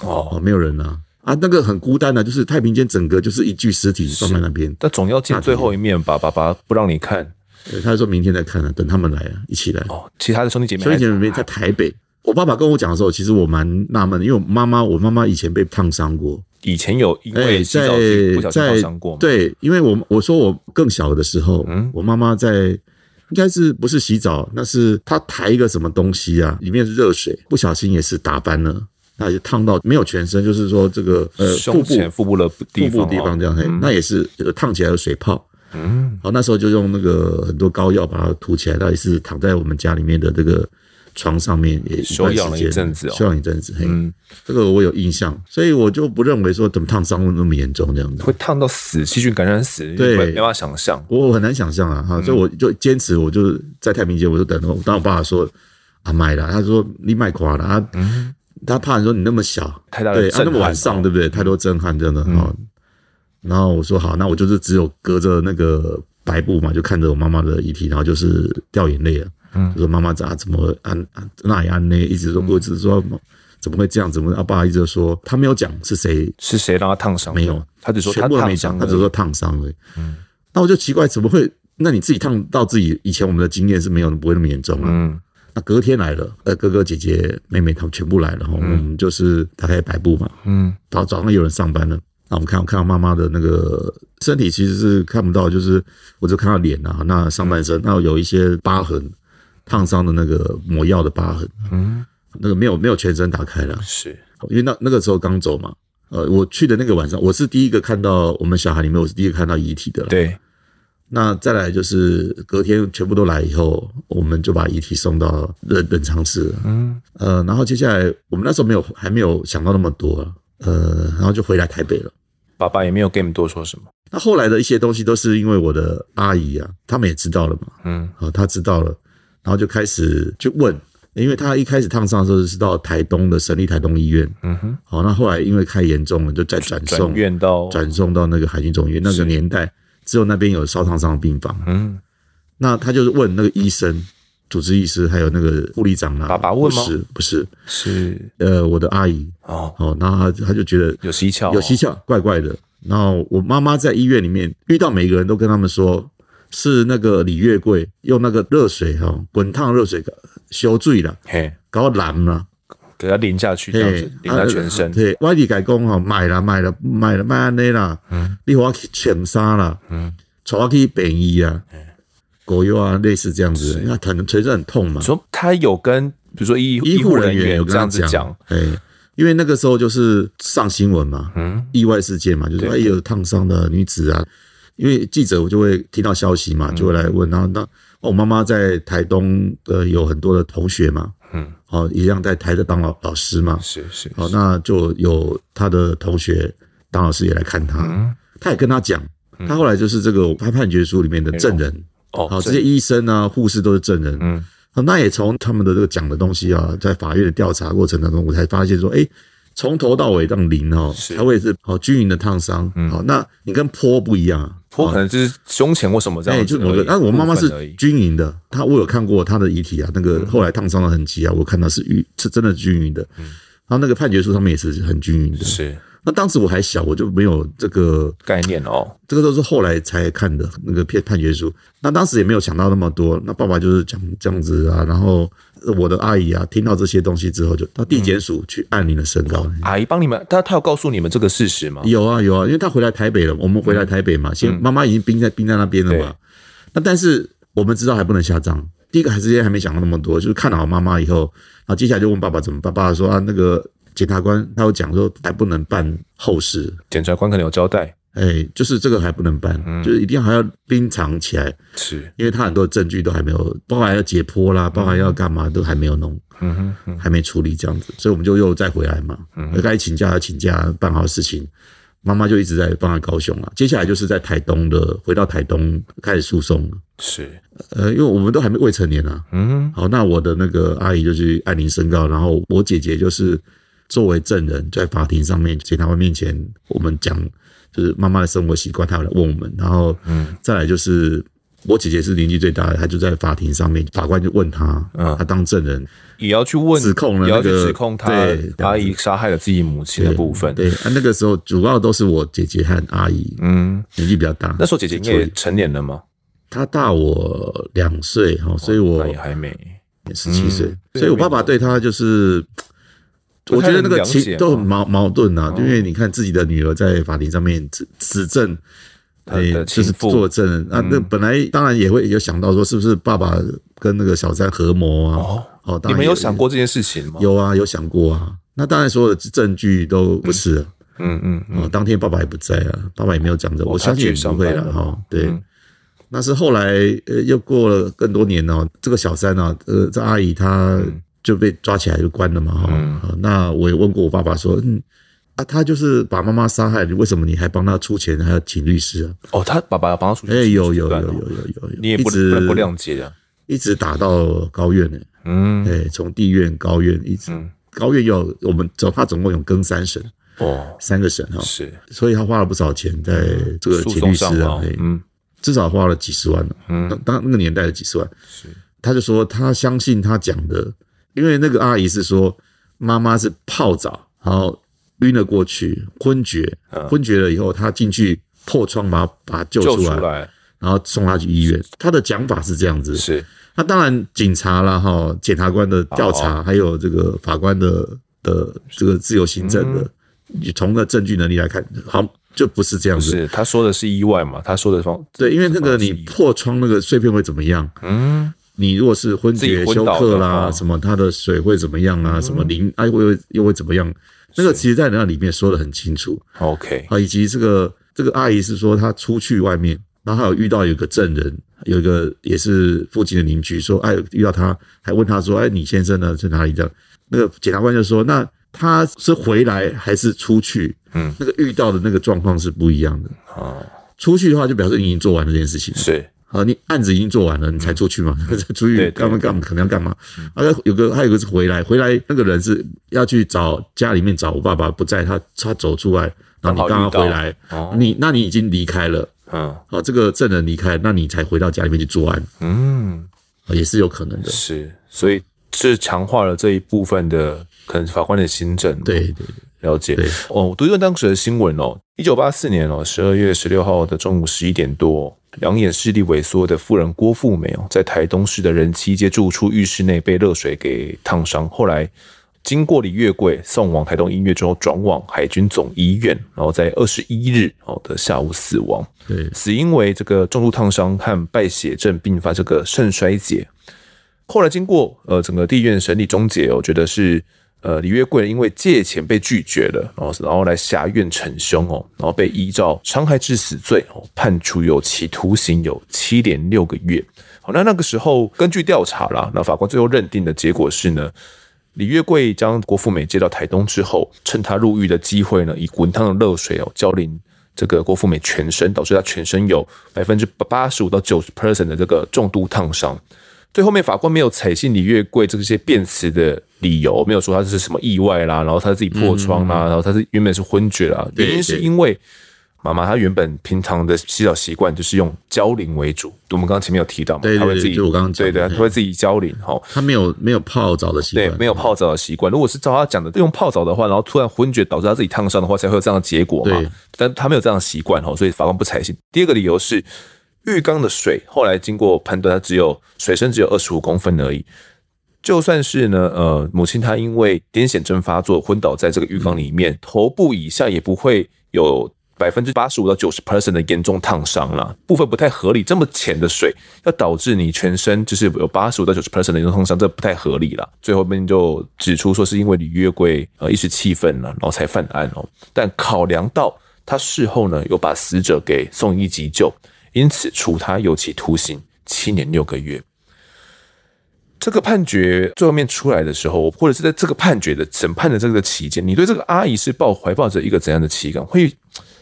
哦，没有人啊啊，那个很孤单的、就是太平间整个就是一具尸体放在那边，
但总要见最后一面吧，爸爸不让你看
对他说明天再看啊，等他们来啊，一起来。
哦。其他的兄弟姐妹
所以
还，
以前没在台北，我爸爸跟我讲的时候，其实我蛮纳闷的，因为我妈妈，我妈妈以前被烫伤过，
以前有因
哎，
为洗澡机不小心烫
在在
伤过吗？，
对，因为我我说我更小的时候，
嗯
我妈妈在应该是不是洗澡，那是她抬一个什么东西啊，里面是热水，不小心也是打翻了，那就烫到没有全身，就是说这个呃腹
胸
部
前腹部的地
腹
方
部
哦，
地方这样，嘿，那也是呃烫起来有水泡。嗯，好，那时候就用那个很多膏药把它涂起来，那也是躺在我们家里面的这个床上面也
休
段时
养了一
间
阵子哦
休养一阵子，嘿，
嗯
这个我有印象，所以我就不认为说怎么烫伤那么严重这样子，
会烫到死，细菌感染死，
对
没没办法想象。
我很难想象啊，
嗯
哈，所以我就坚持，我就是在太平间，我就等着。当我爸爸说啊买了，他说你卖垮了啊，他怕你说你那么小，
嗯太大的
对，啊
震
那
撼
么
嗯
晚上
哦
对不对？太多震撼真的啊。然后我说好，那我就是只有隔着那个白布嘛，就看着我妈妈的遗体，然后就是掉眼泪了。嗯，就说妈妈啊怎么安安那也安呢？一直说，
嗯
我只是说怎么会这样？怎么？啊，爸一直说他没有讲是谁
是谁让他烫伤的？
没有
他只说
全
他
部都没
烫
讲，
伤嗯
他
的，
只说烫伤而已。那我就奇怪，怎么会？那你自己烫到自己，以前我们的经验是没有不会那么严重啊。
嗯，
那隔天来了，呃，哥哥姐姐妹妹他们全部来了，哈，我们就是大概百步嘛，
嗯，
早早上有人上班了。那我们看，我看到妈妈的那个身体其实是看不到，就是我就看到脸啊，那上半
嗯
身，那有一些疤痕，烫伤的那个抹药的疤痕，嗯，那个没有没有全身打开了，
是
哦因为那那个时候刚走嘛，呃，我去的那个晚上，我是第一个看到我们小孩里面，我是第一个看到遗体的了。
对，
那再来就是隔天全部都来以后，我们就把遗体送到冷冷藏室。嗯，呃，然后接下来我们那时候没有还没有想到那么多啊，呃，然后就回来台北了。
爸爸也没有跟你们多说什么。
那后来的一些东西都是因为我的阿姨啊，他们也知道了嘛，
嗯，
啊、她知道了，然后就开始去问，因为她一开始烫伤的时候是到台东的省立台东医院，
嗯哼，
好、那后来因为太严重了，就再转
转
送
院到
转送到那个海军总医院。那个年代只有那边有烧烫伤的病房。
嗯，
那他就是问那个医生、主治医师，还有那个护理长啦、
爸爸问吗
不是，不是，
是
呃，我的阿姨。
哦，
哦，那他他就觉得
有蹊跷哦，
有蹊跷，怪怪的。然后我妈妈在医院里面遇到每个人都跟他们说，是那个李月桂用那个热水哈、哦，滚烫热水修醉了，
嘿，
搞蓝了。
给他淋下去这样子，淋
啊
到全身。
对，我伫家讲吼，买啦买啦买啦买安尼啦，
嗯
你互我去穿衫啦，嗯，带我去便衣啊，狗药啊，类似这样子，那可能全身很痛嘛
你。说他有跟比如说医
医
护
护
人
人员有
这
跟他
样子讲，，
哎，因为那个时候就是上新闻嘛，嗯，意外事件嘛，就是说哎有烫伤的女子啊，因为记者我就会听到消息
嗯
嘛，就会来问，然后那哦我妈妈在台东呃有很多的同学嘛，
嗯，
哦一样在台的当老老师嘛，
是是
好，那就有他的同学当老师也来看他，
嗯
他也跟他讲，他后来就是这个判判决书里面的证人，
哦
好，，这些医生啊、护士都是证人，
嗯
好，那也从他们的这个讲的东西啊，在法院的调查过程当中，我才发现说，哎、从头到尾让零哦，
是嗯
才会是好均匀的烫伤。好，那你跟坡不一样啊，
坡可能就是胸前或什么这
哎、
样
就
子
是
而已。
某个，但我妈妈
部分而
是
已嗯
均匀的，她我有看过她的遗体啊，那个后来烫伤的痕迹啊，我看到是均是真的均匀的，然后那个判决书上面也是很均匀的，
是
那当时我还小，我就没有这个，
概念哦，
这个都是后来才看的那个判判决书。那当时也没有想到那么多。那爸爸就是讲这样子啊，然后我的阿姨啊，听到这些东西之后，就到地检署去按你的身高。
阿姨帮你们，他他有告诉你们这个事实吗？
有啊有啊，因为他回来台北了，我们回来台北嘛，先妈妈已经冰在冰在那边了嘛。那但是我们知道还不能下葬。第一个还是还没想到那么多，就是看好妈妈以后，然后接下来就问爸爸怎么办。爸爸说啊，那个检察官他有讲说哎还不能办后事，
检察官可能有交代，
哎，就是这个还不能办，就是一定还要冰藏起来，
是
因为他很多证据都还没有，包含要解剖啦，包含要干嘛都还没有弄，
嗯哼，嗯
还没处理这样子，所以我们就又再回来嘛，该请假要请假，办好事情。妈妈就一直在放在高雄啊，接下来就是在台东的，回到台东开始诉讼了。
是
呃，因为我们都还没未成年啊，
嗯
好，那我的那个阿姨就去按铃申告，然后我姐姐就是作为证人，在法庭上面检察官面前，我们讲就是妈妈的生活习惯，她有来问我们，然后，嗯，再来就是我姐姐是年纪最大的，她就在法庭上面，法官就问她，
嗯
她当证人
也要去问
指控了
也要
那
去
个
指控他
对这样
阿姨杀害了自己母亲的部分。
对，啊那个时候主要都是我姐姐和阿姨，
嗯，
年纪比较大，
那时候姐姐应该
所
也
以
成年了吗？
她大我两岁哈，所以我
那也还没。
十七岁，
嗯对
所以我爸爸对她就是。
不
我
太
觉
能
得那个
了解哦
情
嘛
都很矛矛盾啊，因为你看自己的女儿在法庭上面指指证
她的
诶就是
情妇嗯
作证人啊，那本来当然也会有想到说，是不是爸爸跟那个小三合谋啊？
哦，
哦，当
你
然
们有想过这件事情吗？，
有啊，有想过啊。那当然，所有的证据都不是啊、
嗯嗯嗯，
哦当天爸爸也不在啊，爸爸也没有讲这，
哦
我相信也不会
他去上班了
了哈、
嘛
对，
嗯
那是后来呃，又过了更多年哦，这个小三啊，呃，这阿姨她就被抓起来就关了嘛哈、
嗯
哦那我也问过我爸爸说，嗯，啊，他就是把妈妈杀害，为什么你还帮他出钱，还要请律师啊？
哦，他爸爸帮他出去，
哎、有有有
对
有有有有，
你也不
一直
不能不谅解啊。
一直打到高院呢、
嗯，
哎，从地院、高院一直，
嗯
高院有我们总他总共有更三审，
哦，
三个省哈、
是
所以他花了不少钱在这个
嗯诉
请
讼
律师
上
啊
嘛，，
嘿
嗯
至少花了几十万了、
嗯
当当那个年代的几十万，
是，
他就说他相信他讲的，因为那个阿姨是说妈妈是泡澡，然后晕了过去，昏厥，昏厥了以后他进去破窗把她把她救
嗯救
出
出
来，
来
然后送她去医院。他的讲法是这样子，
是
那当然，警察啦，哈，检察官的调
哦
查，还有这个法官的的这个自由行政的，
嗯
你从那证据能力来看，好就不是这样
不
子。
是？他说的是意外嘛？他说的方
对，因为那个你
是意外
破窗那个碎片会怎么样？
嗯
你如果是昏
自己
厥
昏
休
倒的
克
话嗯
啦，什么它的水会怎么样啊？什么淋哎会又会怎么样？那个其实在那里面说的很清楚
，OK，
啊，以及这个这个阿姨是说她出去外面，然后还有遇到有个证人，有一个也是附近的邻居说，哎，遇到他还问他说，哎，你先生呢在哪里？这样，那个检察官就说，那他是回来还是出去？
嗯，
那个遇到的那个状况是不一样的。
哦，
出去的话，就表示你已经做完了这件事情。
是
啊，你案子已经做完了，你才出去嘛？才出
嗯对对
去干嘛干嘛？可能要干嘛？啊，有个还有一个是回来，回来那个人是要去找家里面找我爸爸不在，他他走出来，然后你
刚好
刚
遇
刚
到
回来
哦，
你那你已经离开了
嗯
啊，这个证人离开，那你才回到家里面去作案，
嗯
啊也是有可能的。
是，所以这强化了这一部分的可能法官的新政，
对对，
了解
对。
哦，我读一段当时的新闻哦，一九八四年哦，十二月十六号的中午十一点多，两眼视力萎缩的妇人郭富美哦，在台东市的人妻街住处浴室内被热水给烫伤，后来。经过李月桂送往台东医院之后，转往海军总医院，然后在二十一日哦的下午死亡。
对
死因为这个重度烫伤和败血症并发这个肾衰竭。后来经过呃整个地院审理终结，我觉得是呃李月桂因为借钱被拒绝了，然后然后来挟院逞凶哦，然后被依照伤害致死罪哦判处有期徒刑有七年六个月。好，那那个时候根据调查啦，那法官最后认定的结果是呢，李月桂将郭富美接到台东之后，趁她入狱的机会呢，以滚烫的热水哦浇淋这个郭富美全身，导致她全身有百分之八十五到九十 percent 的这个重度烫伤。最后面法官没有采信李月桂这些辩词的理由，没有说她是什么意外啦，然后她自己破窗
嗯
啦，然后她是原本是昏厥啦，
对
原因是
对
因为。妈妈她原本平常的洗澡习惯就是用浇淋为主，我们刚刚前面有提到嘛，
对对
她会
对
自己，
就我刚刚讲
对
的
对，
对
她会自己浇淋哦哈。
他没有没有泡澡的习
对，
惯，
没有泡澡的习惯。如果是照他讲的用泡澡的话，然后突然昏厥导致他自己烫伤的话，才会有这样的结果嘛
对。
但他没有这样的习惯哦，所以法官不采信。第二个理由是浴缸的水，后来经过判断，它只有水深只有二十五公分而已。就算是呢，呃，母亲她因为癫痫症发作昏倒在这个浴缸里面，头部以下也不会有百分之八十五到九十 percent 的严重烫伤啦，部分不太合理。这么浅的水要导致你全身就是有八十五到九十 percent 的严重烫伤，这不太合理啦。最后面就指出说是因为李月桂呃一时气愤了，然后才犯案哦。但考量到他事后呢有把死者给送医急救，因此处他有期徒刑七年六个月。这个判决最后面出来的时候，或者是在这个判决的审判的这个期间，你对这个阿姨是抱怀抱着一个怎样的期望？会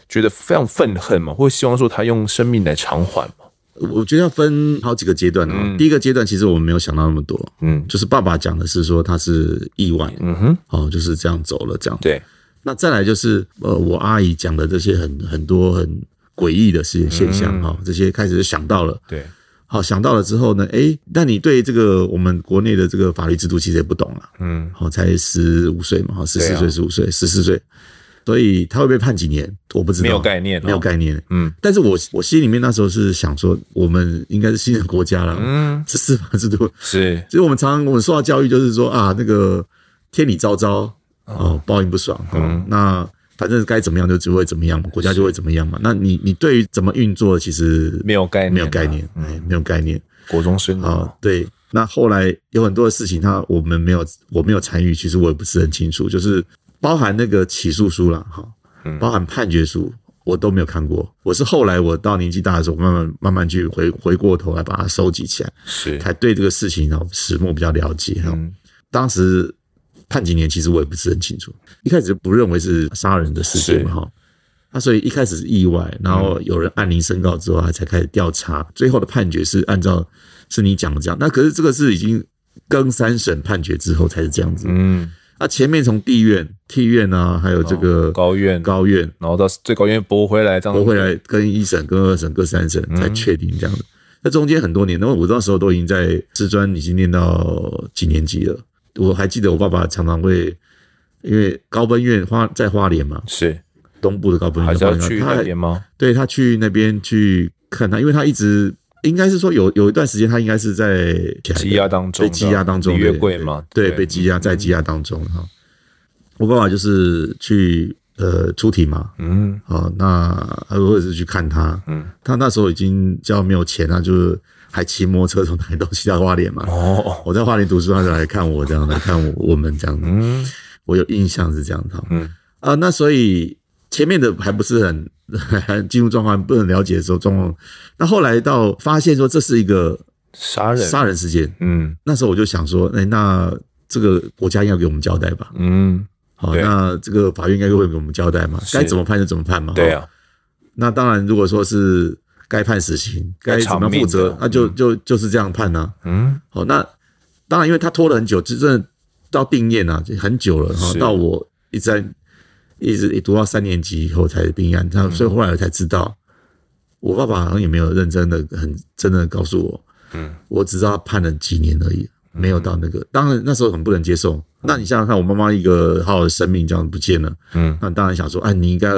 觉得非常愤恨吗？会希望说她用生命来偿还吗？
我觉得要分好几个阶段啊、第一个阶段其实我们没有想到那么多，
嗯
就是爸爸讲的是说他是意外，
嗯哼，
哦，就是这样走了这样。
对，
那再来就是呃，我阿姨
嗯
讲的这些很很多很诡异的事现象哈、这些开始就想到了。
对，
好，想到了之后呢，诶，那你对这个我们国内的这个法律制度其实也不懂了，
嗯，
好，才十五岁嘛，好，十
对
四
啊
岁、十五岁、十四岁，所以他会被判几年，我不知道，
没有概念哦
没有概念，
嗯。
但是我我心里面那时候是想说，我们应该是新的国家了，
嗯，
这司法制度，
是
其实我们常常我们受到教育就是说啊，那个天理昭昭哦，报应不爽哦，
嗯
那反正该怎么样就就会怎么样嘛，国家就会怎么样嘛。那你你对于怎么运作其实
没有概念啊哦嗯
没有概念，哎，没有概念
国中生
啊，对。那后来有很多的事情，那我们没有我没有参与，其实我也不是很清楚，就是包含那个起诉书啦，哈，
嗯
包含判决书。我都没有看过，我是后来我到年纪大的时候，慢慢慢慢去回回过头来把它收集起来，
是
才对这个事情哦始末比较了解哈。
嗯
当时判几年，其实我也不是很清楚，一开始不认为是杀人的事件
是嗯
嘛哈。那所以一开始是意外，然后有人按铃申告之后，他才开始调查，最后的判决是按照是你讲的这样。那可是这个是已经更三审判决之后才是这样子。
嗯，
那前面从地院、地院啊，还有这个
哦高院
高院
然后到最高院驳回来，这样
我会来跟一审、跟二审、跟三
嗯
审才确定这样的。那中间很多年，那我那时候都已经在师专已经念到几年级了。我还记得我爸爸常常会，因为高分院花在花莲嘛，
是
东部的高分
还是
院在花
要
莲，
去
他
那
还
边吗？
对他去那边去看他，因为他一直应该是说有有一段时间他应该是在
羁押当中
被羁押当中
李
对
月桂嘛，
对，
不
被羁押在羁押当中哈。我爸爸就是去呃出庭嘛，
嗯，
哦，那我也是去看他，
嗯，
他那时候已经比较没有钱啊，就是还骑摩托车从台东西到花莲嘛。
哦，
我在花莲读书，他就来看我这样，来看我我们这样子。
嗯，
我有印象是这样的。
嗯
啊、那所以前面的还不是很 还进入状况，不很了解的时候状况。那后来到发现说这是一个
杀人，
杀人事件，
嗯
那时候我就想说，哎、那这个国家应该给我们交代吧？
嗯，
好，
对
那这个法院应该会给我们交代嘛？该怎么判就怎么判嘛？
对
哈
啊，
那当然，如果说是该判死刑，该怎么
该偿
样负
命的
责，那就就就是这样判啊。
嗯，
好，那当然，因为他拖了很久，就真的到定验啊，就很久了哈
是。
到我一直在一直一读到三年级以后才定案，那所以后来我才知道，我爸爸好像也没有认真的、很真的告诉我，嗯，我只知道他判了几年而已，没有到那个。当然那时候很不能接受。那你想想看，我妈妈一个好好的生命这样不见了，
嗯，
那当然想说，哎，你应该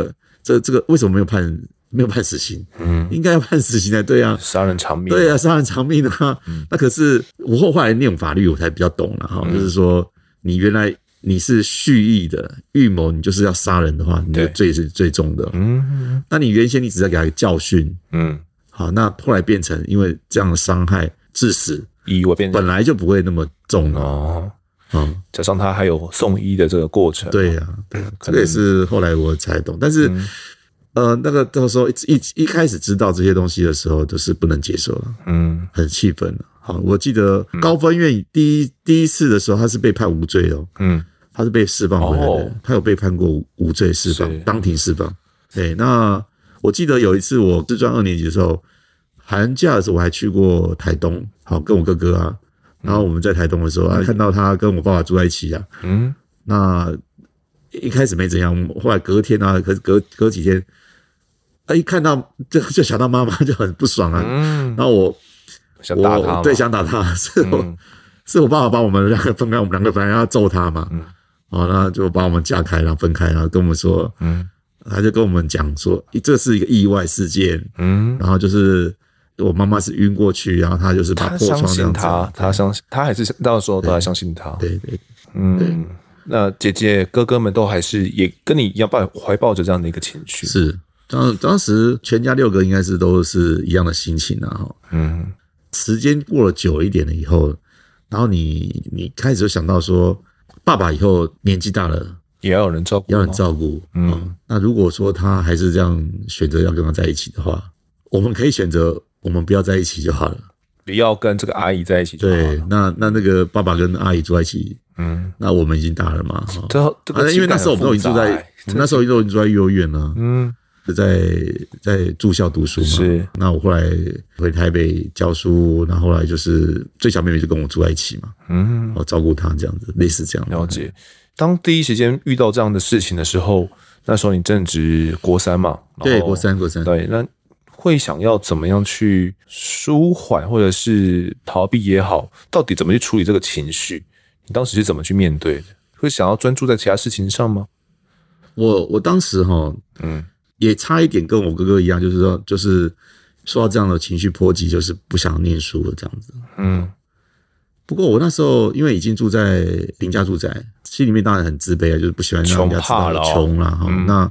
这这个为什么没有判没有判死刑？嗯，应该要判死刑才对啊。
杀人偿命，
对啊，杀人偿命啊！
嗯
那可是我后来念法律，我才比较懂了哈。就是说，你原来你是蓄意的预谋，你就是要杀人的话，你的
嗯对
罪是最重的。
嗯
那你原先你只是给他教训，
嗯，
好，那后来变成因为这样的伤害致死，
以我变成
本来就不会那么重了
嗯哦，
啊。
加上他还有送医的这个过程，
对呀、对呀，
可
这
能嗯
个也是后来我才懂，但是。呃，那个到时候一一一开始知道这些东西的时候，都是不能接受了。
嗯，
很气愤了。好，我记得高分院第一、第一次的时候，他是被判无罪哦，
嗯
他是被释放回来的，
哦
他有被判过无无罪释
是
放，当庭释放。对，那我记得有一次我自专二年级的时候，寒假的时候我还去过台东，好跟我哥哥啊，然后我们在台东的时候啊，看到他跟我爸爸住在一起啊，
嗯，
那一开始没怎样，我们后来隔天啊，隔隔隔几天，他一看到就就想到妈妈就很不爽啊，
嗯，
然后我。
想
我
打他嘛，
对，想打他，啊 是我、
嗯
是我爸爸把我们两个分开，我们两个本来要揍他嘛，
嗯
哦，那就把我们架开，然后分开，然后跟我们说，
嗯
他就跟我们讲说，哎这是一个意外事件，
嗯，
然后就是我妈妈是晕过去，然后他就是把
他
破
相
窗这
信
样子，
他，他相信他还是到时候都还相信他，
对对，
嗯，那姐姐哥哥们都还是也跟你一样抱怀抱着这样的一个情绪，
是当当时全家六个应该是都是一样的心情啊，哈，
嗯
时间过了久一点了以后，然后你你开始就想到说，爸爸以后年纪大了。
也要有人照顾，
要人，照顾。
嗯
嗯、那如果说他还是这样选择要跟他在一起的话，我们可以选择我们不要在一起就好了。
不要跟这个阿姨在一起就好啊
对
了，，
那那那个爸爸跟阿姨住在一起，
嗯，
那我们已经大了嘛，哈、
这这
啊
个
因为那时候我们都已经住在，
哎
我们那时候都已经住在幼儿园了、
嗯
在在住校读书嘛。
是，
那我后来回台北教书，然后后来就是最小妹妹就跟我住在一起嘛，
嗯哦
我照顾她这样子，类似这样。
了解。嗯当第一时间遇到这样的事情的时候，那时候你正值国三嘛，然后
对，国，三国三，
对，那会想要怎么样去舒缓，或者是逃避也好，到底怎么去处理这个情绪？你当时是怎么去面对的？会想要专注在其他事情上吗？
我我当时哈
嗯，
也差一点跟我哥哥一样，就是说就是受到这样的情绪波及，就是不想念书了这样子。
嗯，
不过我那时候因为已经住在平价住宅，心里面当然很自卑啊，就是不喜欢让人家知道我
穷哦
穷啦。哈、那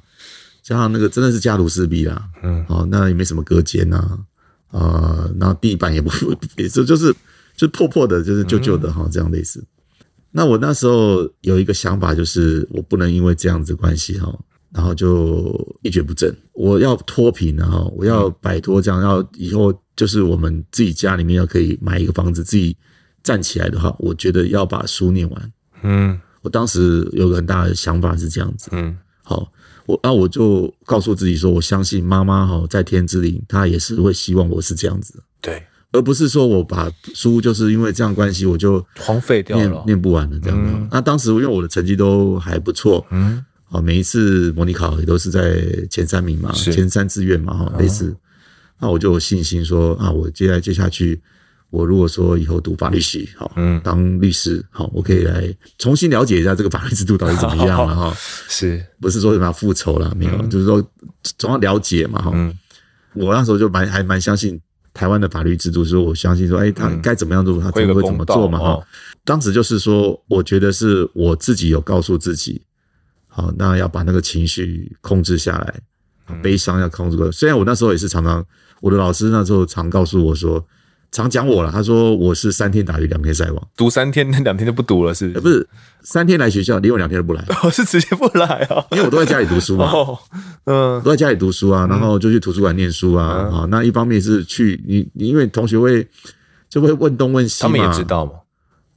加上那个真的是家徒四壁啦，
嗯，
哦，那也没什么隔间呐、啊，呃，那地板也不 也就就是就破破的，就是旧旧
嗯
的哈、这样类似。那我那时候有一个想法，就是我不能因为这样子关系哈，然后就一蹶不振。我要脱贫然后我要摆脱这样，要以后就是我们自己家里面要可以买一个房子，自己站起来的话，我觉得要把书念完。
嗯
我当时有个很大的想法是这样子，
嗯
好，我啊那我就告诉自己说，我相信妈妈哈在天之灵，她也是会希望我是这样子，
对，
而不是说我把书就是因为这样关系我就
荒废掉
念
了。
念不完了这样子。那当时因为我的成绩都还不错，
嗯
啊，每一次模拟考也都是在前三名嘛，
是哦
前三志愿嘛，哦哈，类似。那我就有信心说啊，我接下来接下去，我如果说以后读法律系，好，
嗯
当律师，好，我可以来重新了解一下这个法律制度到底怎么 样了哈。
是，
不是说什么要复仇啦，没有，就是说总要了解嘛哈。
嗯
我那时候就蛮还蛮相信台湾的法律制度，所以我相信说，哎、他该怎么样做，他
嗯会有
怎
个
么会怎
公
么
道
做嘛哈。
哦
当时就是说，我觉得是我自己有告诉自己，好，那要把那个情绪控制下来，
嗯
悲伤要控制过来。虽然我那时候也是常常，我的老师那时候常告诉我说，常讲我了，他说我是三天打鱼两天晒网，
读三天，那两天就不读了，是
呃，不是三天来学校，连我两天都不来，
哦，是直接不来啊？
因为我都在家里读书嘛。
哦，嗯
都在家里读书啊，然后就去图书馆念书啊。啊、那一方面是去你，你因为同学会就会问东问西
他
嘛，
们也知，道嘛，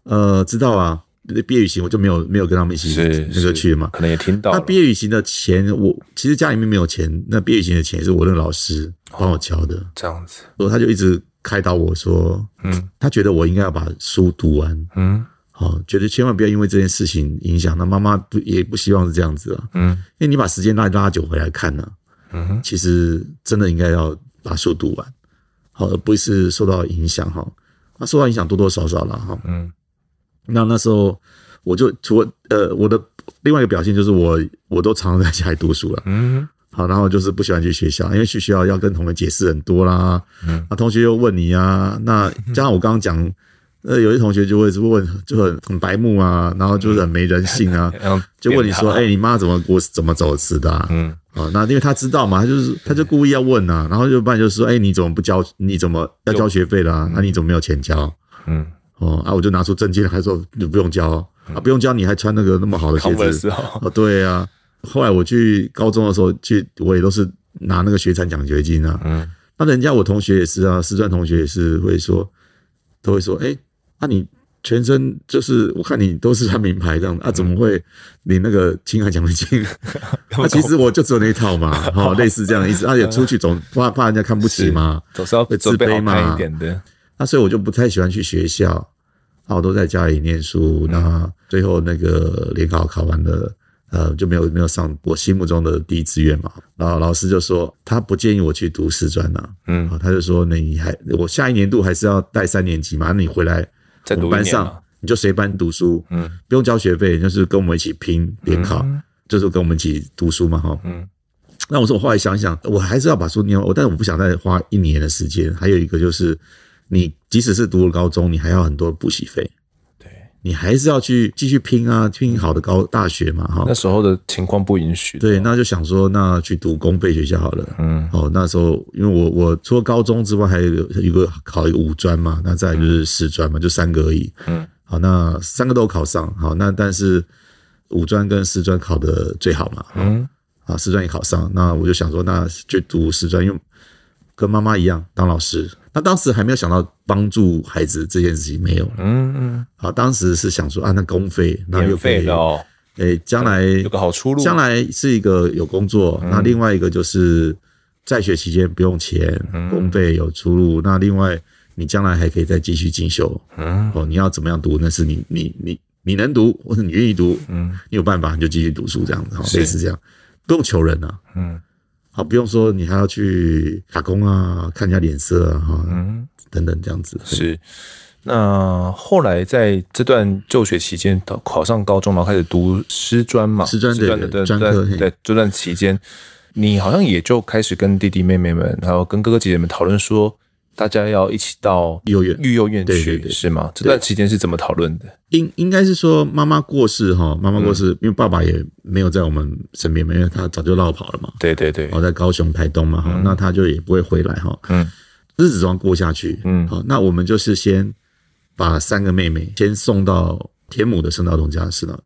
呃，知道啊。毕业旅行我就没有没有跟他们一起
是
那个去嘛。
可能也听到
那
了。
毕业旅行的钱，我其实家里面没有钱，那毕业旅行的钱也是我那个老师
哦
帮我交的，
这样子，
所以他就一直开导我说，
嗯
他觉得我应该要把书读完，
嗯
好、觉得千万不要因为这件事情影响。那妈妈不也不希望是这样子啊，
嗯
因为你把时间拉拉久回来看啊呢、
嗯哼，
其实真的应该要把书读完，好，而不是受到影响哈。那受到影响多多少少了哈。
嗯
那那时候我就除了呃我的另外一个表现就是我我都常常在家里读书了，
嗯
好，然后就是不喜欢去学校，因为去学校要跟同学解释很多啦，
嗯
那同学又问你啊，那加上我刚刚讲。呃，有些同学就会问，就很很白目啊，然后就是很没人性啊，
然后
就问你说，哎、
点
你妈怎么我怎么走私的、啊？
他，嗯
啊、那因为他知道嘛，他就是他就故意要问啊，然后就不然就说，哎、你怎么不交？你怎么要交学费啦、啊那、你怎么没有钱交？
嗯
哦，啊，我就拿出证件，还说你不用交哦啊，不用交，你还穿那个那么好的鞋
，Converse
子
哦，
哦，对啊。后来我去高中的时候，去我也都是拿那个学产奖学金啊。
嗯
那人家我同学也是啊，师专同学也是会说，都会说，哎、那、你全身就是我看你都是穿名牌这样，啊，怎么会领那个青海奖学金？那、其实我就只有那一套嘛，哈、类似这样的意思。而且出去总怕怕人家看不起嘛，
总是要
会自
准备好
卑嘛
看一点的，
那所以我就不太喜欢去学校，啊，我都在家里念书。那最后那个联考考完了，呃，就没有没有上我心目中的第一志愿嘛。然后老师就说他不建议我去读师专呐、
嗯
啊，他就说那你还我下一年度还是要带三年级嘛，那你回来
再读
我
一
们班
年嘛
上你就随班读书，
嗯
不用交学费，就是跟我们一起拼联考，
嗯
就是跟我们一起读书嘛，哈。
嗯
那我说我后来想想，我还是要把书念完，我但是我不想再花一年的时间。还有一个就是，你即使是读了高中，你还要很多补习费，
对，
你还是要去继续拼啊，拼好的高大学嘛，哈
那。时候的情况不允许的，
对，那就想说，那去读公费学校好了。
嗯
哦，那时候因为我我除了高中之外，还有一个有一个考一个五专嘛，那再来就是师专嘛，就三个而已。
嗯，
好，那三个都有考上，好，那但是五专跟师专考的最好嘛，
嗯
啊，师专也考上，那我就想说，那去读师专，因为跟妈妈一样当老师。那当时还没有想到帮助孩子这件事情，没有
嗯嗯，
啊。当时是想说啊，那公费，那又
免
可以
费的，哦，
诶、将来
有个好出路，
将来是一个有工作，
嗯
那另外一个就是在学期间不用钱，
嗯
公费有出路。那另外，你将来还可以再继续进修。
嗯
哦，你要怎么样读，那是你你你你能读，或者你愿意读，
嗯
你有办法你就继续读书这样子，哦
是
类似这样，不用求人啊。
嗯
啊，不用说你还要去打工啊，看人家脸色啊，哈，
嗯，
等等这样子。
是。那后来在这段就学期间，到考上高中，然后开始读师专嘛，
师专
师专的
对
这
专
段
科嘿
对这段期间，你好像也就开始跟弟弟妹妹们，还有跟哥哥姐姐们讨论说，大家要一起到
幼儿园
育幼院
对对
去，
对
是吗？这段期间是怎么讨论的？
应应该是说妈妈过世哈，妈妈
嗯
过世，因为爸爸也没有在我们身边嘛，因为他早就落跑了嘛，
对对对
然，后哦在高雄、台东嘛，哈、那他就也不会回来哈，
嗯，
日子总要过下去，
嗯
好，那我们就是先把三个妹妹先送到天母的圣道童家是了，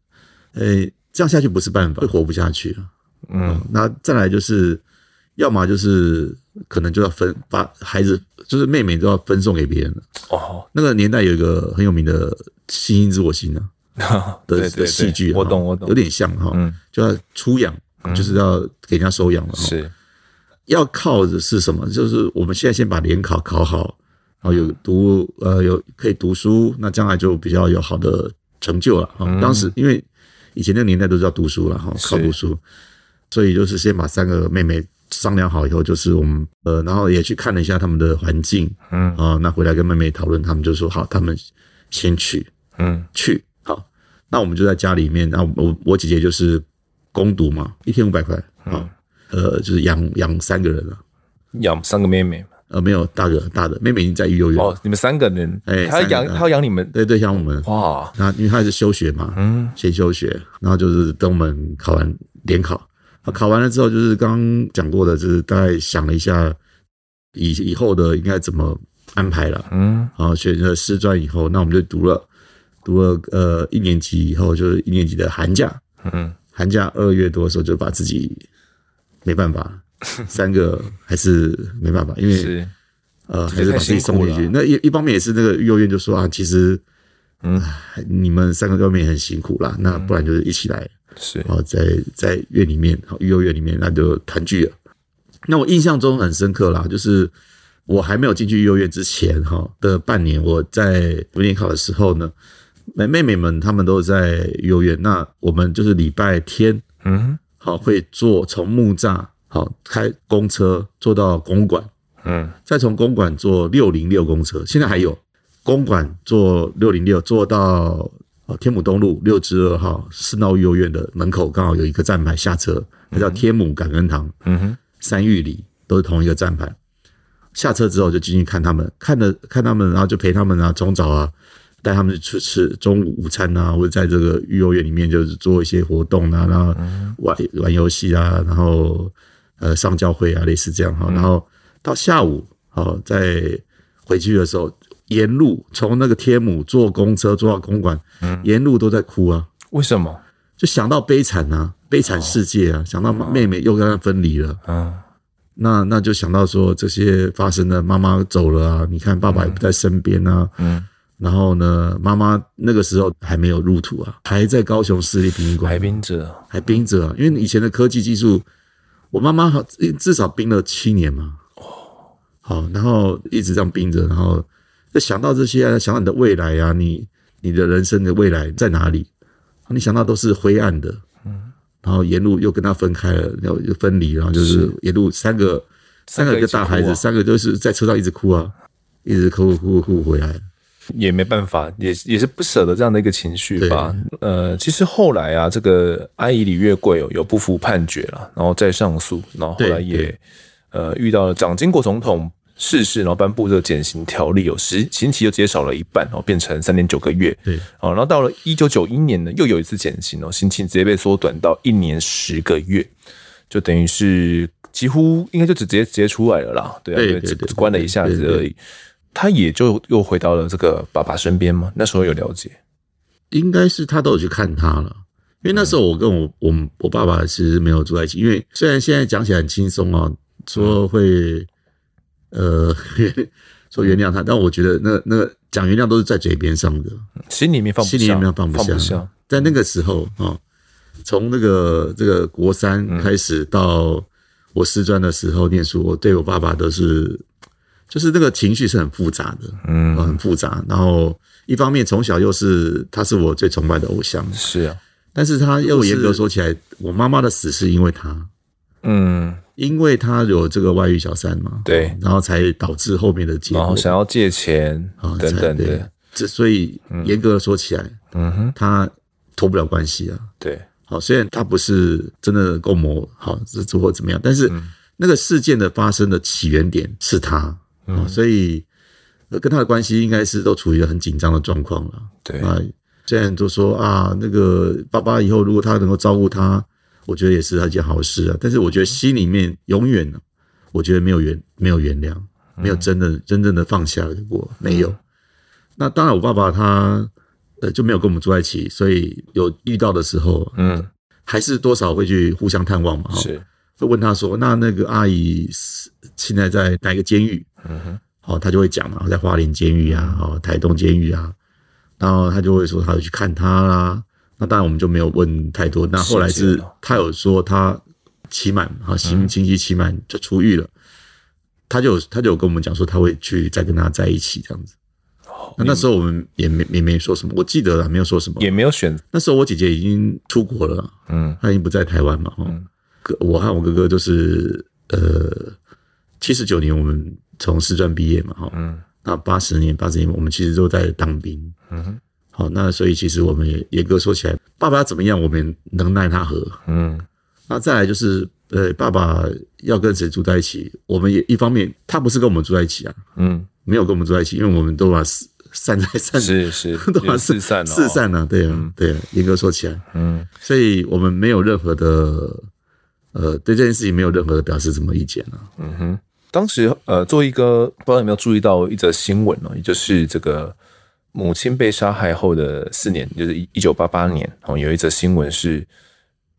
呃、这样下去不是办法，会活不下去了，
嗯
哦，那再来就是，要么就是可能就要分把孩子，就是妹妹都要分送给别人了。
哦，
那个年代有一个很有名的“星星知我心” 啊，的
哦对对对
的戏剧啊，
我懂我懂，
有点像哈，
嗯
就要出养，就是要给人家收养了哈。
是
要靠的是什么？就是我们现在先把联考考好，然后
嗯
有读呃有可以读书，那将来就比较有好的成就了哈。哦当时因为以前那个年代都是要读书了哈，
嗯是
靠读书，所以就是先把三个妹妹商量好以后，就是我们呃，然后也去看了一下他们的环境，
嗯
啊、那回来跟妹妹讨论，他们就说好，他们先去
嗯
去好，那我们就在家里面，那我我我姐姐就是攻读嘛，一天五百块
嗯
啊，呃，就是养养三个人了。
养三个妹妹嘛，
呃，没有大的大的妹妹已经在育幼园，
哦，你们三个人，
哎
他要
三个
养
人
他要养你们，
对对，像我们，
哇，
那因为她也是休学嘛，
嗯
先休学，然后就是等我们考完联考，啊考完了之后就是刚刚讲过的，就是大概想了一下以以后的应该怎么安排了，
嗯
然后选择师专以后，那我们就读了读了呃一年级以后，就是一年级的寒假，
嗯，
寒假二月多的时候就把自己没办 法，三个还是没办法，因为。
是
呃，还是把自己送进
太辛
去
苦。
那一一方面也是那个幼院就说啊，其实，
嗯
嗯，你们三个在外面也很辛苦啦，那不然就是一起来，
是，
然后在在院里面，好幼院里面，那就团聚了。那我印象中很深刻啦，就是我还没有进去幼院之前哈的半年，我在读联考的时候呢，妹妹妹们她们都在幼院，那我们就是礼拜天
嗯
好会坐从木栅好开公车坐到公馆。
嗯
再从公馆坐六零六公车，现在还有公馆坐六零六坐到呃天母东路六至二号市闹育幼院的门口，刚好有一个站牌下车，它叫天母感恩堂、
嗯哼，
三玉里，都是同一个站牌。下车之后就进去看他们，看了看他们，然后就陪他们啊，中早啊，带他们去吃吃中午午餐啊，或者在这个育幼院里面就是做一些活动啊，然后玩玩游戏啊，然后呃上教会啊，类似这样哈。然后到下午哦，再回去的时候，沿路从那个天母坐公车坐到公馆，沿路都在哭啊，
为什么？
就想到悲惨啊，悲惨世界啊，想到妹妹又跟她分离了。
哦嗯
那那就想到说这些发生的，妈妈走了啊，你看爸爸也不在身边啊，
嗯，
然后呢，妈妈那个时候还没有入土啊，还在高雄市立殡仪
排
馆，
兵者，
还冰着、啊，因为以前的科技技术，我妈妈好至少冰了七年嘛，哦，好，然后一直这样冰着，然后就想到这些啊，想到你的未来啊，你你的人生的未来在哪里？你想到都是灰暗的，然后沿路又跟他分开了，然后又分离，然后就是沿路三个三
个
个
一
一
起
个
哭啊
大孩子，三个都是在车上一直哭啊，一直哭哭哭哭回来。
也没办法，也也是不舍得这样的一个情绪
对
吧。呃，其实后来啊，这个阿姨李月桂哦有不服判决了，然后再上诉，然后后来
对
也
对
呃遇到了蒋经国总统逝世，然后颁布这个减刑条例，有时刑期又减少了一半，哦，变成三点九个月。
对，
哦，然后到了一九九一年呢，又有一次减刑哦，刑期直接被缩短到一年十个月，就等于是几乎应该就直接直接出来了啦，对啊，
对
因为
对
只
对
只关了一下子
对对
而已。他也就又回到了这个爸爸身边嘛，那时候有了解，
应该是他都有去看他了，因为那时候我跟我我们我爸爸其实没有住在一起，因为虽然现在讲起来很轻松啊，说会、呃 说原谅他，但我觉得那那个讲原谅都是在嘴边上的，
嗯心里面放不下，
心里面放
不
不下。在那个时候啊，哦从那个这个国三开始到我师专的时候念书，我对我爸爸都是，就是那个情绪是很复杂的，
嗯
啊很复杂。然后一方面从小又是他是我最崇拜的偶像，
是啊，
但是他又
是
严格说起来，我妈妈的死是因为他，
嗯，
因为他有这个外遇小三嘛，
对
然后才导致后面的结果，
然后想要借钱
啊
等等。
才对
的，
这所以严格的说起来，
嗯哼，
他脱不了关系啊。
对，
好，虽然他不是真的共谋，好这这或怎么样，但是那个事件的发生的起源点是他，嗯、所以呃跟他的关系应该是都处于一个很紧张的状况了。
对，
啊，虽然都说啊，那个爸爸以后如果他能够照顾他，我觉得也是一件好事啊。但是我觉得心里面永远，我觉得没有原没有原谅，没有真的、真正的放下过，没有。那当然，我爸爸他呃就没有跟我们住在一起，所以有遇到的时候，
嗯，
还是多少会去互相探望嘛。哈
是，
会问他说：“那那个阿姨是现在在哪一个监狱？”嗯
哼，
好、他就会讲嘛，在花莲监狱啊，哦，台东监狱啊，然后他就会说他有去看他啦。那当然我们就没有问太多。那后来
细
是
节了嗯
他有说他期满啊，刑刑期期满就出狱了，他就有他就有跟我们讲说他会去再跟他在一起这样子。那那时候我们也没也没说什么，我记得了没有说什么。
哦也没有选，
那时候我姐姐已经出国了，
嗯
他已经不在台湾嘛，哦，哥，我和我哥哥就是呃，七十九年我们从师专毕业嘛，哈、
嗯
那八十年八十年我们其实都在当兵，
嗯哼
好，那所以其实我们也严格说起来，爸爸怎么样，我们能奈他何？
嗯，
那再来就是呃，爸爸要跟谁住在一起，我们也一方面他不是跟我们住在一起啊，
嗯，
没有跟我们住在一起，因为我们都把散散在散
是是
，都把
有四散了，哦
四，散了、对啊，对啊，严格说起来，
嗯，
所以我们没有任何的呃对这件事情没有任何的表示什么意见啊。
当时呃，做一个不知道有没有注意到一则新闻哦，也就是这个母亲被杀害后的四年，就是一一九八八年哦，有一则新闻是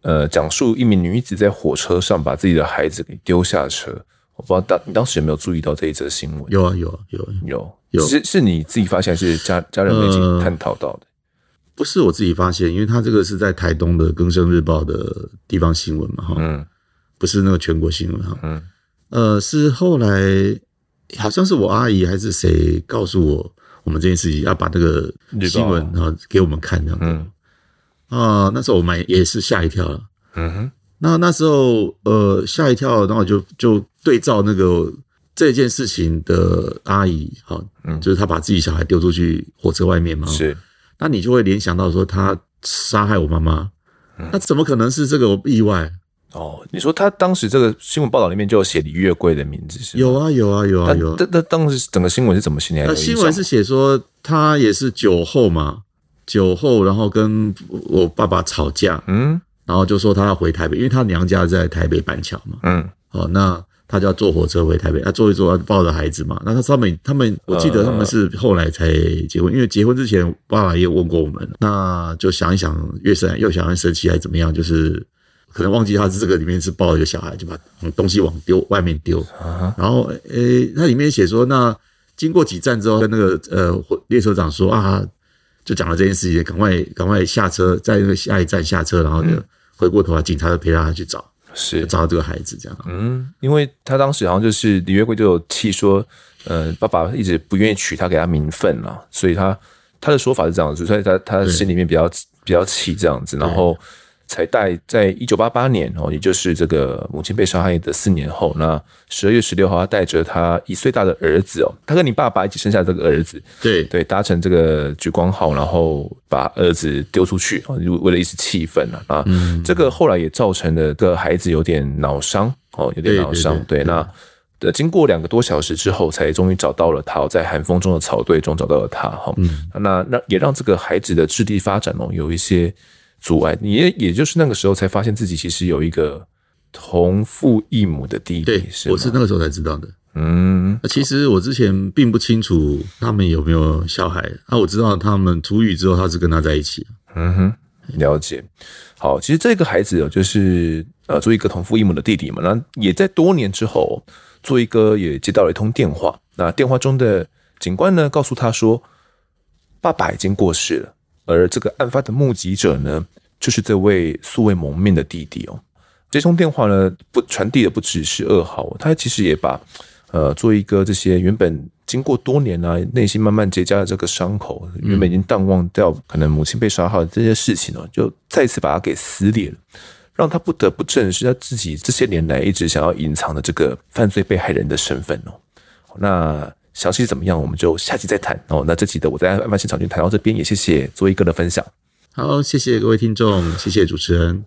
呃，讲述一名女子在火车上把自己的孩子给丢下车。我不知道当你当时有没有注意到这一则新闻？
有啊有啊有啊，
有
有
是是你自己发现，还是家家人们一起
呃
探讨到的？
不是我自己发现，因为他这个是在台东的《更生日报》的地方新闻嘛哈，
嗯
不是那个全国新闻哈。
嗯，
呃，是后来好像是我阿姨还是谁告诉我我们这件事情，要把这个
日报
新闻啊给我们看这样子。
嗯
啊、那时候我们也是吓一跳了。
嗯哼，
那那时候呃吓一跳，然后我就就对照那个这件事情的阿姨，好，
嗯
就是她把自己小孩丢出去火车外面嘛，，
是
那你就会联想到说她杀害我妈妈，
嗯
那怎么可能是这个意外？
哦。你说他当时这个新闻报道里面就有写李月桂的名字是吗？
有啊有啊有啊
但
有啊
但，但当时整个新闻是怎么写？你还有
那
印象吗
新闻是写说她也是酒后嘛，酒后然后跟我爸爸吵架，
嗯
然后就说她要回台北，因为她娘家在台北板桥嘛，
嗯
哦，那他就要坐火车回台北，他、坐一坐，他抱着孩子嘛。那他他们他们，我记得他们是后来才结婚，因为结婚之前爸爸也有问过我们，那就想一想，越生又想要生气还是怎么样，就是可能忘记他是这个里面是抱了一个小孩，就把东西往丢外面丢。
啊
然后诶，它里面写说，那经过几站之后，跟那个呃火列车长说啊，就讲了这件事情，赶快赶快下车，在那个下一站下车，然后就回过头来，警察就陪他去找
是
找到这个孩子这样。
嗯，因为他当时好像就是李月桂就有气说，呃，爸爸一直不愿意娶她，给她名分啦，所以他他的说法是这样子，所以他他心里面比较比较气这样子，然后才带在一九八八年哦，也就是这个母亲被杀害的四年后，那十二月十六号，他带着他一岁大的儿子哦，他跟你爸爸一起生下这个儿子，
对
对，搭乘这个莒光号，然后把儿子丢出去，哦就为了一时气氛啊。啊，
嗯
这个后来也造成了这个孩子有点脑伤，哦，有点
对
脑伤。
对对
那呃，经过两个多小时之后，才终于找到了他，哦在寒风中的草堆中找到了他。哈、
嗯
那那也让这个孩子的智力发展哦有一些阻碍。你也也就是那个时候才发现自己其实有一个同父异母的弟弟
对，，
是
我
吗？
是那个时候才知道的。啊
嗯
那其实我之前并不清楚他们有没有小孩，啊那我知道他们出狱之后，他是跟他在一起。
嗯哼，了解。好，其实这个孩子哦，就是呃，做一个同父异母的弟弟嘛，那也在多年之后，做一个也接到了一通电话。那电话中的警官呢，告诉他说，爸爸已经过世了，而这个案发的目击者呢，就是这位素未谋面的弟弟哦。这通电话呢，不传递的不只是噩耗，哦他其实也把呃，做一个这些原本经过多年啊，内心慢慢结痂的这个伤口，原本已经淡忘掉可能母亲被杀害的这些事情哦，就再次把它给撕裂了，让他不得不正视他自己这些年来一直想要隐藏的这个犯罪被害人的身份哦。好那详细怎么样，我们就下期再谈哦。那这期的我在案发现场就谈到这边，也谢谢作一哥的分享。
好，谢谢各位听众，谢谢主持人。